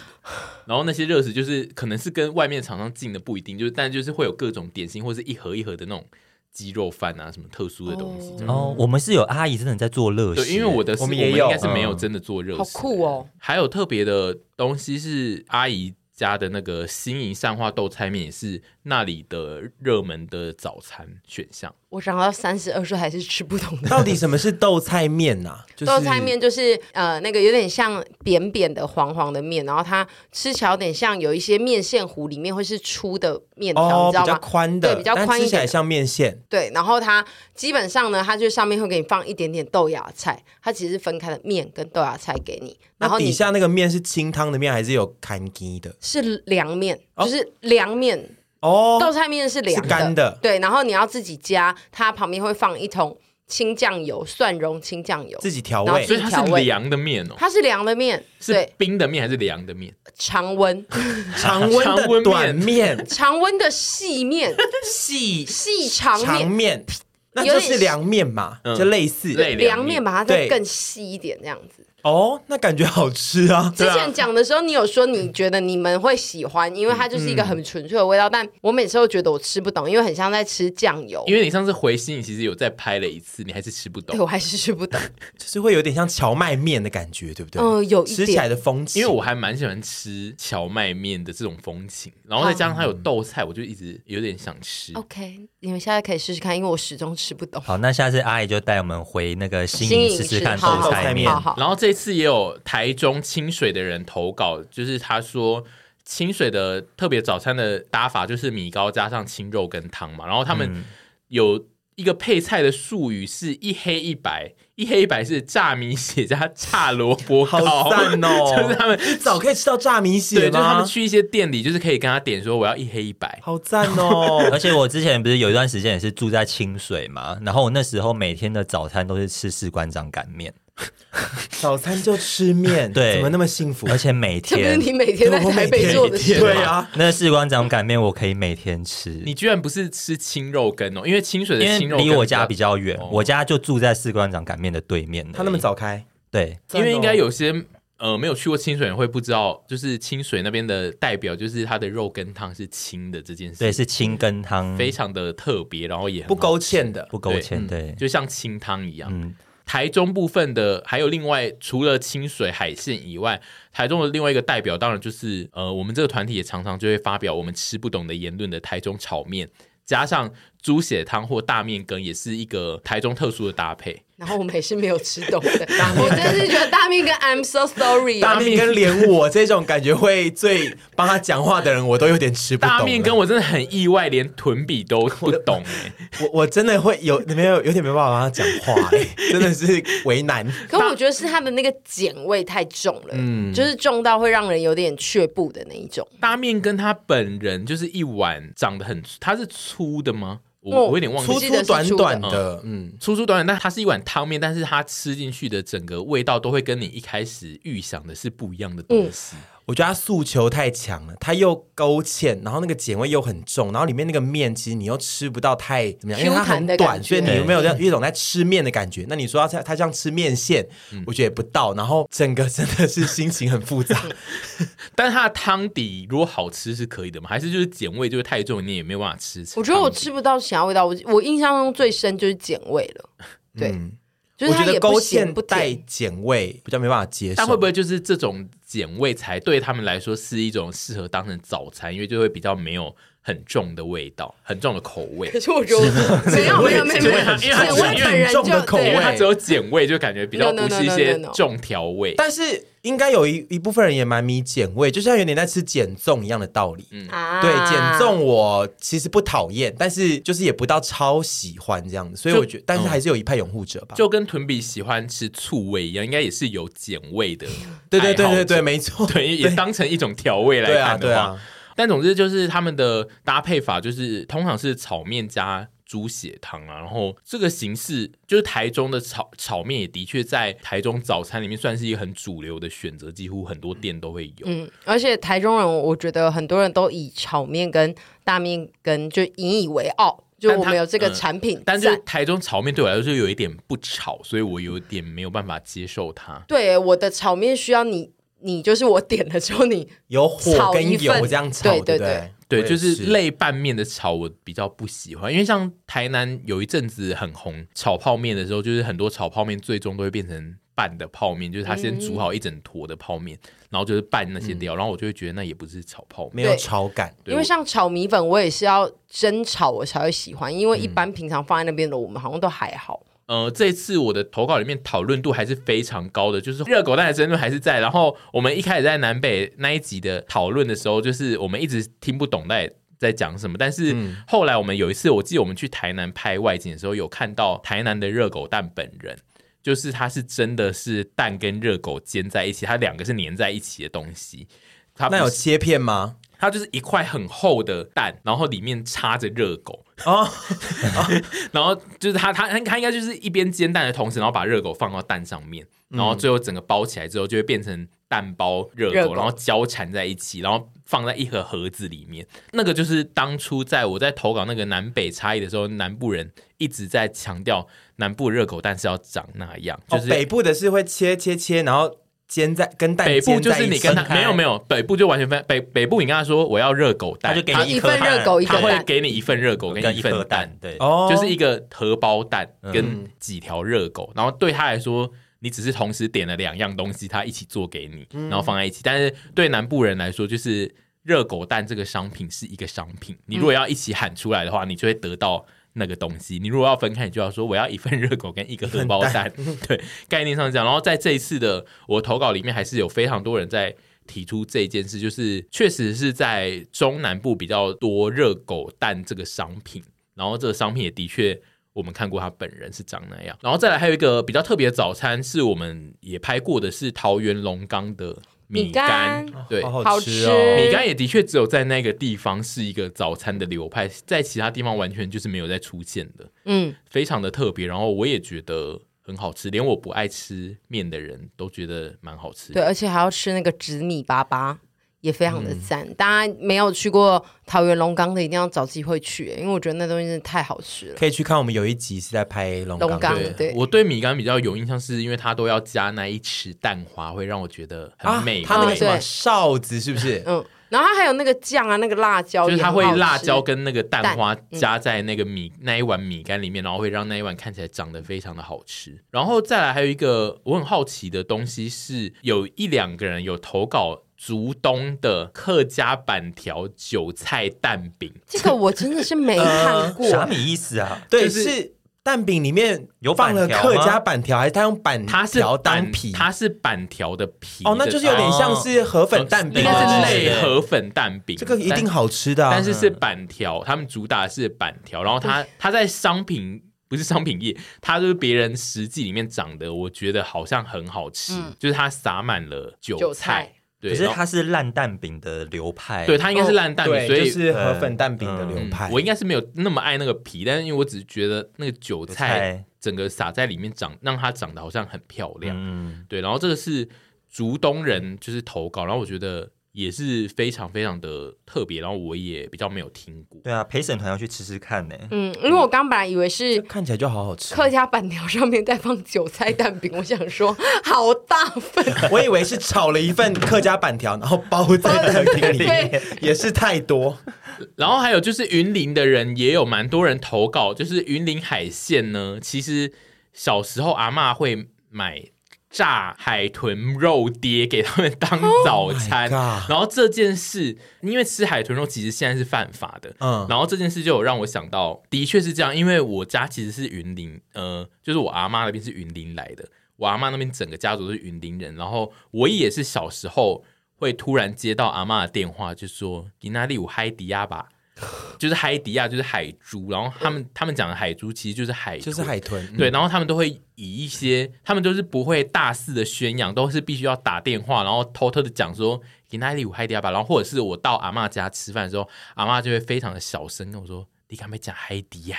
然后那些热食就是可能是跟外面厂商进的不一定，就是但就是会有各种点心或是一盒一盒的那种鸡肉饭啊，什么特殊的东西这样。哦，我们是有阿姨真的在做乐事、对，因为我的是我我们们也应有该是没有嗯真的做热食，好酷哦！还有特别的东西是阿姨家的那个新营善化豆菜面，也是那里的热门的早餐选项。我长到三十二岁还是吃不同的。 到底什么是豆菜面呐、就是豆菜面就是呃那个有点像扁扁的黄黄的面，然后它吃起来有点像有一些面线糊里面会是粗的面条，哦，你知道比较吗？宽的，对比较宽一点但吃起来像面线。对，然后它基本上呢，它就上面会给你放一点点豆芽菜，它其实是分开的面跟豆芽菜给你，然那后底你下那个面是清汤的面，还是有干鸡的？是凉面，哦就是凉面，豆哦，菜面是凉是干的对，然后你要自己加，它旁边会放一桶清酱油，蒜蓉清酱油，自己调然后味所自以己它调是味凉的面哦，它是凉的面，是对，冰的面还是凉的面？常温。 常温常温面的短面、常温的细面、细细长长面、面，那有就点是凉面嘛，嗯就类似。对凉凉面，面把它再对更细一点这样子。哦，那感觉好吃啊！之前讲的时候，你有说你觉得你们会喜欢，因为它就是一个很纯粹的味道。但我每次都觉得我吃不懂，因为很像在吃酱油，因为你上次回心，你其实有再拍了一次，你还是吃不懂对。我还是吃不懂。 就是会有点像荞麦面的感觉，对不对？嗯有一点吃起来的风情。因为我还蛮喜欢吃荞麦面的这种风情，然后再加上它有嗯豆菜，我就一直有点想吃。哦 OK，你们现在可以试试看，因为我始终吃不懂。好，那下次阿姨就带我们回那个新新营颖试吃试看好豆好菜面好，好，然后这次也有台中清水的人投稿，就是他说清水的特别早餐的搭法就是米糕加上青肉跟汤嘛，然后他嗯们有一个配菜的术语是一黑一白，一黑一白是炸米血加 炸萝卜糕，好赞 就哦是！他们一早可以吃到炸米对，血就是他吗们？去一些店里，就是可以跟他点说我要一黑一白，好赞 哦！而且我之前不是有一段时间也是住在清水嘛，然后我那时候每天的早餐都是吃士官长擀面，早餐就吃面，对怎么那么幸福？而且每这不是天你每天在我台每北天做的事 对吗？啊，那士官长擀面我可以每天吃，你居然不是吃青肉羹哦，因为清水因的为青肉离羹我家比较远，哦我家就住在士官长擀面的对面而已。他那么早开，对，因为应该有些呃没有去过清水人会不知道，就是清水那边的代表就是它的肉羹汤是清的这件事，对，是清羹汤，非常的特别，然后也很哦不好勾芡的。不勾芡，对，嗯就像清汤一样。嗯台中部分的还有另外除了清水海鲜以外，台中的另外一个代表当然就是呃，我们这个团体也常常就会发表我们吃不懂的言论的台中炒面，加上猪血汤或大面羹，也是一个台中特殊的搭配。然后我们也是没有吃懂的，我真是觉得大面跟 I'm so sorry 大哦面跟连我这种感觉会最帮他讲话的人，我都有点吃不懂啊了。大面羹我真的很意外，连臀比都不懂哎、我我真的会有没有有点没办法帮他讲 话、欸，真的是为难。可我觉得是它的那个碱味太重了，就是重到会让人有点却步的那一种。大面跟他本人就是一碗长得很，他是粗的吗？我、哦我有点忘粗记，记粗得是短粗的短的，嗯，粗粗短短，但它是一碗汤面，但是它吃进去的整个味道都会跟你一开始预想的是不一样的东西。我觉得他诉求太强了，他又勾芡，然后那个碱味又很重，然后里面那个面其实你又吃不到太怎么样，因为它 Q 弹很的短，感觉所以你有没有有一种在吃面的感觉？那你说他他像吃面线，嗯我觉得也不到，然后整个真的是心情很 复杂。但是它的汤底如果好吃是可以的吗？还是就是碱味就是太重，你也没有办法吃？我觉得我吃不到其他味道，我我印象中最深就是碱味了。对，就是嗯我它觉得也勾不咸芡不带甜。碱味比较没办法接受，但会不会就是这种碱味才对他们来说是一种适合当成早餐，因为就会比较没有很重的味道，很重的口味。可是我觉得没有没有没有没因有，为它简味本人因为它很重的就口因对为味它只有碱味，就感觉比较 No, no, 不是一 no, 些 no, no, no. 重调味。但是应该有一一部分人也蛮迷碱味，就像有点在吃碱粽一样的道理。啊对，减重我其实不讨厌，但是就是也不到超喜欢这样子，所以就我觉嗯但是还是有一派拥护者吧。就跟屯比喜欢吃醋味一样，应该也是有碱味的。对对对对对，。没错， 对，也当成一种调味来对啊看的对话，啊，但总之就是他们的搭配法就是通常是炒面加猪血汤啊，然后这个形式就是台中的炒炒面也的确在台中早餐里面算是一个很主流的选择，几乎很多店都会有。嗯，而且台中人，我觉得很多人都以炒面跟大面跟就引以为傲，就但他我们有这个嗯产品但是在。台中炒面对我来说就有一点不炒，所以我有点没有办法接受它。对，我的炒面需要你，你就是我点了之后你，有火炒跟一份油这样炒，对对对不对？对，我也就是类拌面的炒，我比较不喜欢，因为像台南有一阵子很红炒泡面的时候，就是很多炒泡面最终都会变成拌的泡面，就是他先嗯煮好一整坨的泡面，然后就是拌那些料，然后我就会觉得那也不是炒泡面。没有对炒感。 对因为我像炒米粉，我也是要真炒我才会喜欢，因嗯为一般平常放在那边的我们好像都还好。呃，这一次我的投稿里面讨论度还是非常高的，就是热狗蛋的争论还是在。然后我们一开始在南北那一集的讨论的时候，就是我们一直听不懂在在讲什么，但是嗯后来我们有一次，我记得我们去台南拍外景的时候，有看到台南的热狗蛋本人。就是它是真的是蛋跟热狗煎在一起，它两个是粘在一起的东西。它不那有是切片吗？它就是一块很厚的蛋，然后里面插着热狗，哦，然后就是他他他应该就是一边煎蛋的同时，然后把热狗放到蛋上面，然后最后整个包起来之后就会变成蛋包热狗，热狗然后交缠在一起，然后放在一盒盒子里面。那个就是当初在我在投稿那个南北差异的时候，南部人一直在强调南部热狗蛋是要长那样，就哦是北部的是会切切切，然后煎在跟蛋北部煎就在是一你起跟他分开没有没有北部就完全分北北部，你跟他说我要热狗蛋，他就给他你一颗份热蛋狗一颗他会蛋，给你一份热狗跟跟一一份颗蛋蛋，，对，哦，就是一个荷包蛋嗯跟几条热狗，然后对他来说，你只是同时点了两样东西，他一起做给你，然后放在一起。但是对南部人来说，就是热狗蛋这个商品是一个商品，你如果要一起喊出来的话，你就会得到。那个东西，你如果要分开，你就要说我要一份热狗跟一个荷包蛋，对，概念上是这样。然后在这一次的我投稿里面，还是有非常多人在提出这件事，就是确实是在中南部比较多热狗蛋这个商品，然后这个商品也的确。我们看过他本人是长那样，然后再来还有一个比较特别的早餐，是我们也拍过的，是桃园龙岗的米干，米对，好好吃吃哦。米干也的确只有在那个地方是一个早餐的流派，在其他地方完全就是没有再出现的，嗯，非常的特别。然后我也觉得很好吃，连我不爱吃面的人都觉得蛮好吃的。对，而且还要吃那个紫米粑粑，也非常的赞。大家没有去过桃园龙岗的，一定要找机会去，欸因为我觉得那东西真的太好吃了。可以去看我们有一集是在拍龙龙岗岗对对，对我对米干比较有印象，是因为它都要加那一匙蛋花，会让我觉得很啊美味。，他那个嗯什么对哨子是不是？嗯，然后它还有那个酱啊，那个辣椒就也是它很会好吃，嗯辣椒跟那个蛋花加在那个米、那一碗米干里面，然后会让那一碗看起来长得非常的好吃。然后再来还有一个我很好奇的东西是，有一两个人有投稿竹东的客家板条韭菜蛋饼，这个我真的是没看过。啥米意思啊？对，就是是蛋饼里面有放板了条客吗家板条，还是他用板它是条当板皮？它是板条的皮的哦，那就是有点像是河粉蛋饼，应该哦是类内河粉蛋饼，这个一但定好吃的啊。但是是板条，他们主打的是板条，然后它它在商品不是商品页，它就是别人实际里面长的，我觉得好像很好吃，嗯就是它撒满了韭韭菜对，可是然后它是烂蛋饼的流派，对，它应该是烂蛋饼，哦对，所以、就是河粉蛋饼的嗯流嗯派。我应该是没有那么爱那个皮，但是因为我只是觉得那个韭韭菜菜，整个撒在里面长，让它长得好像很漂亮，嗯，对，然后这个是竹东人就是投稿，然后我觉得。也是非常非常的特别，然后我也比较没有听过。对啊，陪审团要去吃吃看呢。嗯，因为我刚本来以为是看起来就好好吃。客家板条上面再放韭菜蛋饼，我想说好大份， 我以为是炒了一份客家板条，然后包在蛋饼里 面，也是太多。然后还有就是云林的人也有蛮多人投稿，就是云林海鲜呢，其实小时候阿嬷会买炸海豚肉爹给他们当早餐 God 然后这件事，因为吃海豚肉其实现在是犯法的，嗯然后这件事就有让我想到，的确是这样，因为我家其实是云林，呃，就是我阿妈那边是云林来的，我阿妈那边整个家族都是云林人，然后我也是小时候会突然接到阿妈的电话，就说“你哪里有海迪亚吧”，就是海迪亚就是海猪，然后他们、他们讲的海猪其实就是海豚，就是海豚，嗯对，然后他们都会以一些，他们都是不会大肆的宣扬，都是必须要打电话，然后偷偷的讲说给哪里有海底吧，然后或者是我到阿嬷家吃饭的时候，阿嬷就会非常的小声跟我说：“你敢没讲海底 呀、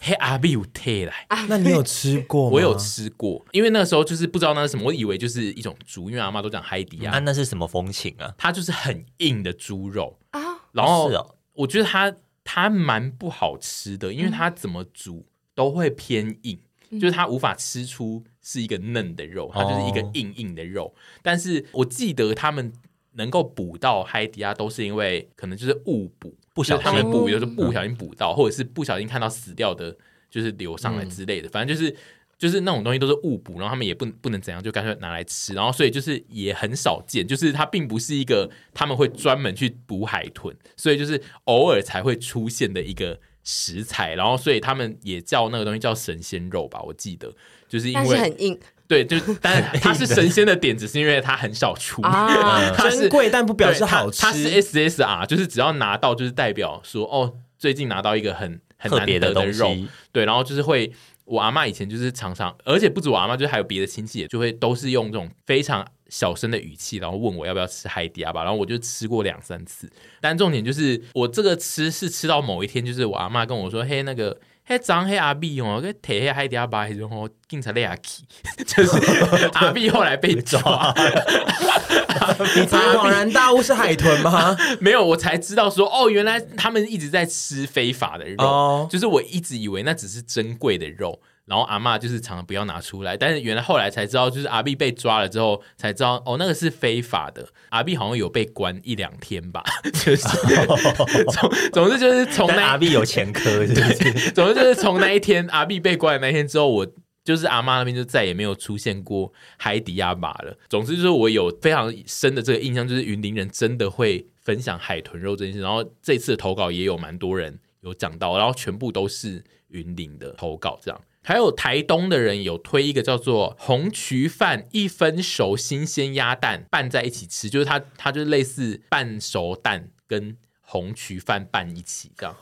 嘿阿比有退来。”嗯那你有吃过吗？我有吃过，因为那个时候就是不知道那是什么，我以为就是一种猪，因为阿嬷都讲海底啊，呀，那是什么风情啊？它就是很硬的猪肉，啊，然后是哦，我觉得它它蛮不好吃的，因为它怎么煮都会偏硬，就是它无法吃出是一个嫩的肉，它就是一个哦硬硬的肉。但是我记得他们能够捕到海底啊亚，都是因为可能就是误捕，不小就是他们心捕，有时候不小心捕到，或者是不小心看到死掉的，就是流上来之类嗯的，反正就是。就是那种东西都是误捕，然后他们也不不能怎样，就干脆拿来吃，然后所以就是也很少见，就是它并不是一个他们会专门去捕海豚，所以就是偶尔才会出现的一个食材，然后所以他们也叫那个东西叫神仙肉吧，我记得就是因但是为很硬对，就但它是神仙的点，只是因为它很少出，嗯啊，它是珍贵，但不表示对它好吃。它是 SSR，就是只要拿到就是代表说哦，最近拿到一个很很特难别得东肉，西，对，然后就是会。我阿嬷以前就是常常，而且不止我阿嬷，就是还有别的亲戚也就会都是用这种非常小声的语气，然后问我要不要吃海底阿吧，然后我就吃过两三次。但重点就是我这个吃是吃到某一天，就是我阿嬷跟我说：“嘿，那个嘿张嘿阿碧哦，跟铁嘿海底阿吧，然后警察勒阿啊去， 就是阿碧后来被抓， 你才恍然大悟是海豚 吗？没有，我才知道说哦，原来他们一直在吃非法的肉，哦就是我一直以为那只是珍贵的肉，然后阿嬷就是常常不要拿出来，但是原来后来才知道，就是阿碧被抓了之后才知道哦，那个是非法的，阿碧好像有被关一两天吧， 就是总总之就是从但阿那 B 有前科，是不是？ 总之就是从那一天阿碧被关的那天之后，我。就是阿妈那边就再也没有出现过海底阿爸了。总之就是我有非常深的这个印象，就是云林人真的会分享海豚肉这件事。然后这次的投稿也有蛮多人有讲到，然后全部都是云林的投稿这样。还有台东的人有推一个叫做红曲饭，一分熟新鲜鸭蛋拌在一起吃，就是它它就是类似半熟蛋跟红曲饭拌一起这样。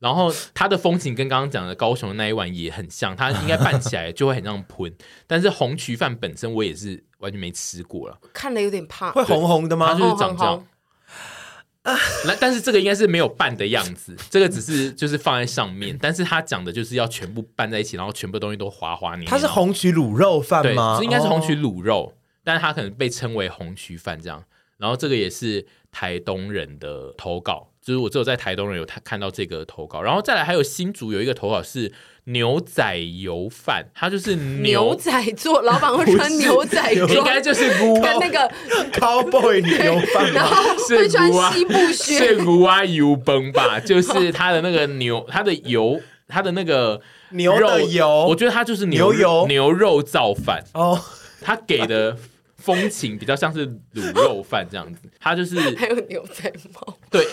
然后它的风情跟刚刚讲的高雄的那一碗也很像，它应该拌起来就会很像喷。但是红曲饭本身我也是完全没吃过了，看了有点怕会。红红的它吗就？是长这好好样好。那但是这个应该是没有拌的样子，这个只是就是放在上面，但是他讲的就是要全部拌在一起，然后全部东西都滑滑黏黏。它是红曲卤肉饭对，啊吗？这应该是红曲哦卤肉，但是它可能被称为红曲饭这样。然后这个也是台东人的投稿，就是我只有在台东人有看看到这个投稿，然后再来还有新竹有一个投稿是牛仔油饭，它就是牛牛，仔做，老板会穿牛仔应装，该就是跟 牛那个， cowboy 牛饭然吗？后会是穿牛啊西部是靴，牛蛙油崩吧，就是它的那个牛，它的油，它的那个牛的肉油我觉得它就是牛油牛肉造饭。哦，他给的风情比较像是卤肉饭这样子，他就是还有牛仔帽对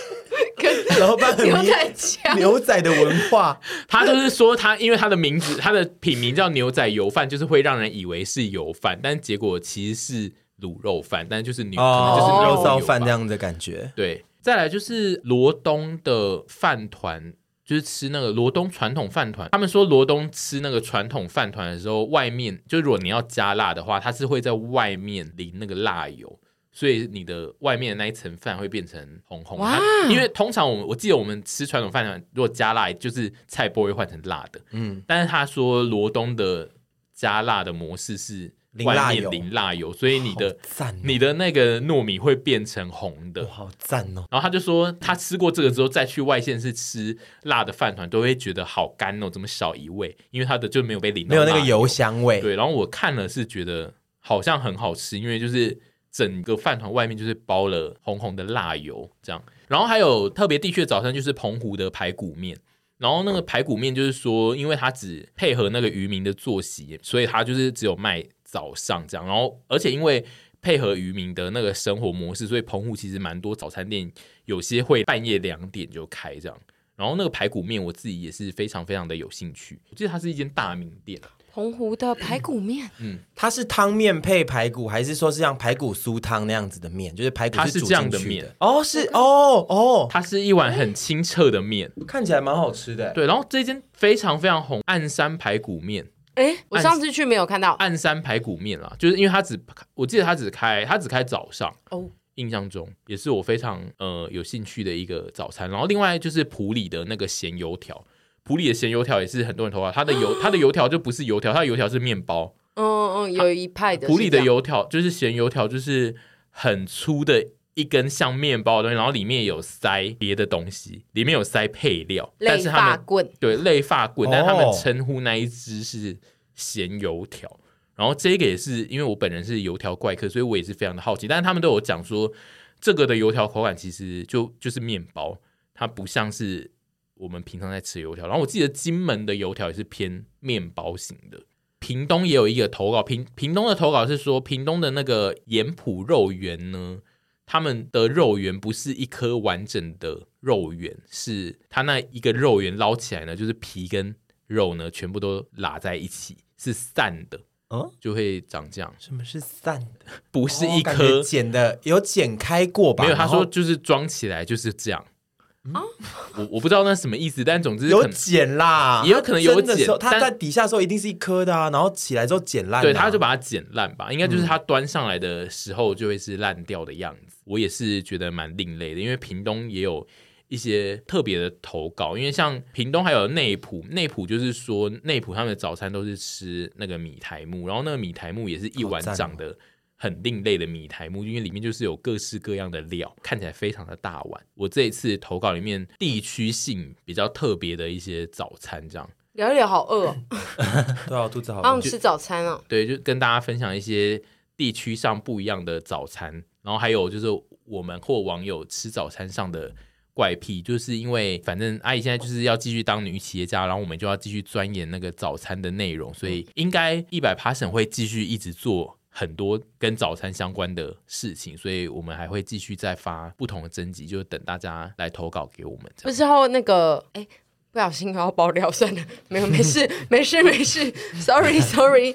跟老板很牛迷 仔夹。牛仔的文化，他就是说他，因为他的名字，他的品名叫牛仔油饭，就是会让人以为是油饭，但结果其实是卤肉饭，但就是牛，可能就是哦肉牛燥饭这样。样的感觉。对，再来就是罗东的饭团。就是吃那个罗东传统饭团，他们说罗东吃那个传统饭团的时候，外面就如果你要加辣的话，它是会在外面淋那个辣油，所以你的外面的那一层饭会变成红红的。哇它因为通常我们我记得我们吃传统饭团，如果加辣，就是菜不会换成辣的。嗯，但是他说罗东的加辣的模式是淋外辣面油淋辣油，所以你的好赞哦，你的那个糯米会变成红的哇。好赞哦，然后他就说，他吃过这个之后，再去外县市吃辣的饭团，都会觉得好干哦，怎么少一味？因为他的就没有被淋到没有那个辣油香味。对，然后我看了是觉得好像很好吃，因为就是整个饭团外面就是包了红红的辣油这样。然后还有特别地区的早餐就是澎湖的排骨面，然后那个排骨面就是说，因为它只配合那个渔民的作息，所以它就是只有卖。早上这样。然后，而且因为配合渔民的那个生活模式，所以澎湖其实蛮多早餐店，有些会半夜两点就开这样。然后那个排骨面，我自己也是非常非常的有兴趣。我记得它是一间大名店，啊澎湖的排骨面，它是汤面配排骨，还是说是像排骨酥汤那样子的面？就是排骨它是是煮这样进的去面哦，是哦哦，它是一碗很清澈的面。看起来蛮好吃的。对，然后这间非常非常红，暗山排骨面，哎，我按上次去没有看到暗山排骨面啦，就是因为它只，我记得它只开，它只开早上。哦。印象中也是我非常呃有兴趣的一个早餐。然后另外就是普里的那个咸油条，普里的咸油条也是很多人投啊。它的 油它的油条就不是油条，它的油条是面包。嗯嗯，有一派的普里的有油条就是咸油条，就是很粗的一根像面包的东西，然后里面有塞别的东西，里面有塞配料，但类是他发们棍，对，类发棍，但是他哦们称呼那一只是咸油条。然后这个也是因为我本人是油条怪客，所以我也是非常的好奇。但是他们都有讲说，这个的油条口感其实就就是面包，它不像是我们平常在吃的油条。然后我记得金门的油条也是偏面包型的。屏东也有一个投稿，屏屏东的投稿是说，屏东的那个盐埔肉圆呢，他们的肉圆不是一颗完整的肉圆，是它那一个肉圆捞起来呢，就是皮跟肉呢全部都拉在一起，是散的，嗯，就会长这样，哦什么是散的？不不是一颗。剪的，有剪开过吧？没有，他然后说就是装起来就是这样。我我不知道那什么意思，但总之可有能剪啦，也有可能有真的时候剪它但在底下的时候一定是一颗的啊，然后起来之后剪烂啊。嗯对，他就把它剪烂吧，应该就是它端上来的时候就会是烂掉的样子。我也是觉得蛮另类的，因为屏东也有一些特别的投稿，因为像屏东还有内埔，内埔就是说内埔他们的早餐都是吃那个米苔木，然后那个米苔木也是一碗好赞哦长得很另类的米苔木，因为里面就是有各式各样的料，看起来非常的大碗。我这一次投稿里面地区性比较特别的一些早餐，这样。聊一聊好饿嗯哦，对啊，我肚子好好想饿。吃早餐哦。对，就跟大家分享一些地区上不一样的早餐，然后还有就是我们或网友吃早餐上的怪癖，就是因为反正阿姨现在就是要继续当女企业家，然后我们就要继续钻研那个早餐的内容，所以应该一百 passion 会继续一直做。很多跟早餐相关的事情，所以我们还会继续再发不同的征集，就等大家来投稿给我们。这不样知道那个哎、不小心要爆料，算了，没有，没事，没事，没 事，sorry sorry。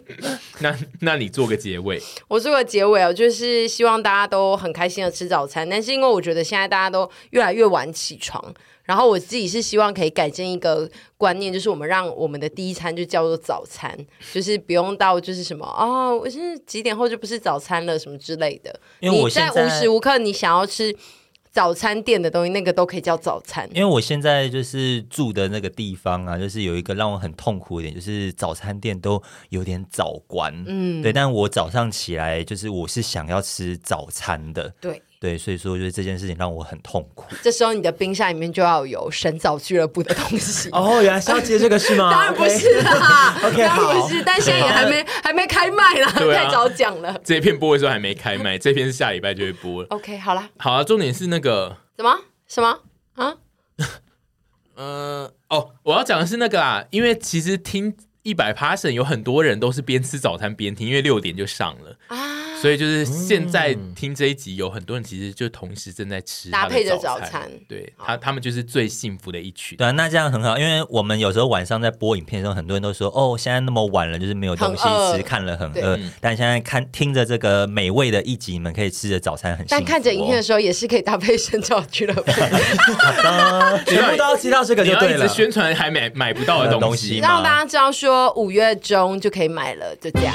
那那你做个结尾，我做个结尾哦，就是希望大家都很开心的吃早餐，但是因为我觉得现在大家都越来越晚起床，然后我自己是希望可以改进一个观念，就是我们让我们的第一餐就叫做早餐，就是不用到就是什么哦，我是几点后就不是早餐了什么之类的。因为我你在现在无时无刻你想要吃早餐店的东西，那个都可以叫早餐。 因为我现在就是住的那个地方啊，就是有一个让我很痛苦的点，就是早餐店都有点早关。嗯，对，但我早上起来，就是我是想要吃早餐的。对。对，所以说就是这件事情让我很痛苦。这时候你的冰箱里面就要有神早俱乐部的东 西。哦，原来是要接这 个是吗？当然不 OK 是啦啊 OK，当然不好是，但现在也还没还没开卖啦，对啊太早讲了。这一篇播的时候还没开麦，这篇是下礼拜就会播了。 OK，好啦，好啊，重点是那个怎么什么啊？呃，哦，我要讲的是那个啊，因为其实听一百 passion 有很多人都是边吃早餐边听，因为六点就上了啊，所以就是现在听这一集，有很多人其实就同时正在吃他的搭配着早早餐哦对他他们就是最幸福的一群。对啊，那这样很好，因为我们有时候晚上在播影片的时候，很多人都说哦，现在那么晚了，就是没有东西很饿吃，看了很对饿。但现在看听着这个美味的一集，你们可以吃着早餐，很幸但福、哦。看着影片的时候也是可以搭配神早俱乐部，全部都要接到这个你就要对一直了。宣传还买买不到的东 东西让大家知道说五月中就可以买了，就这样。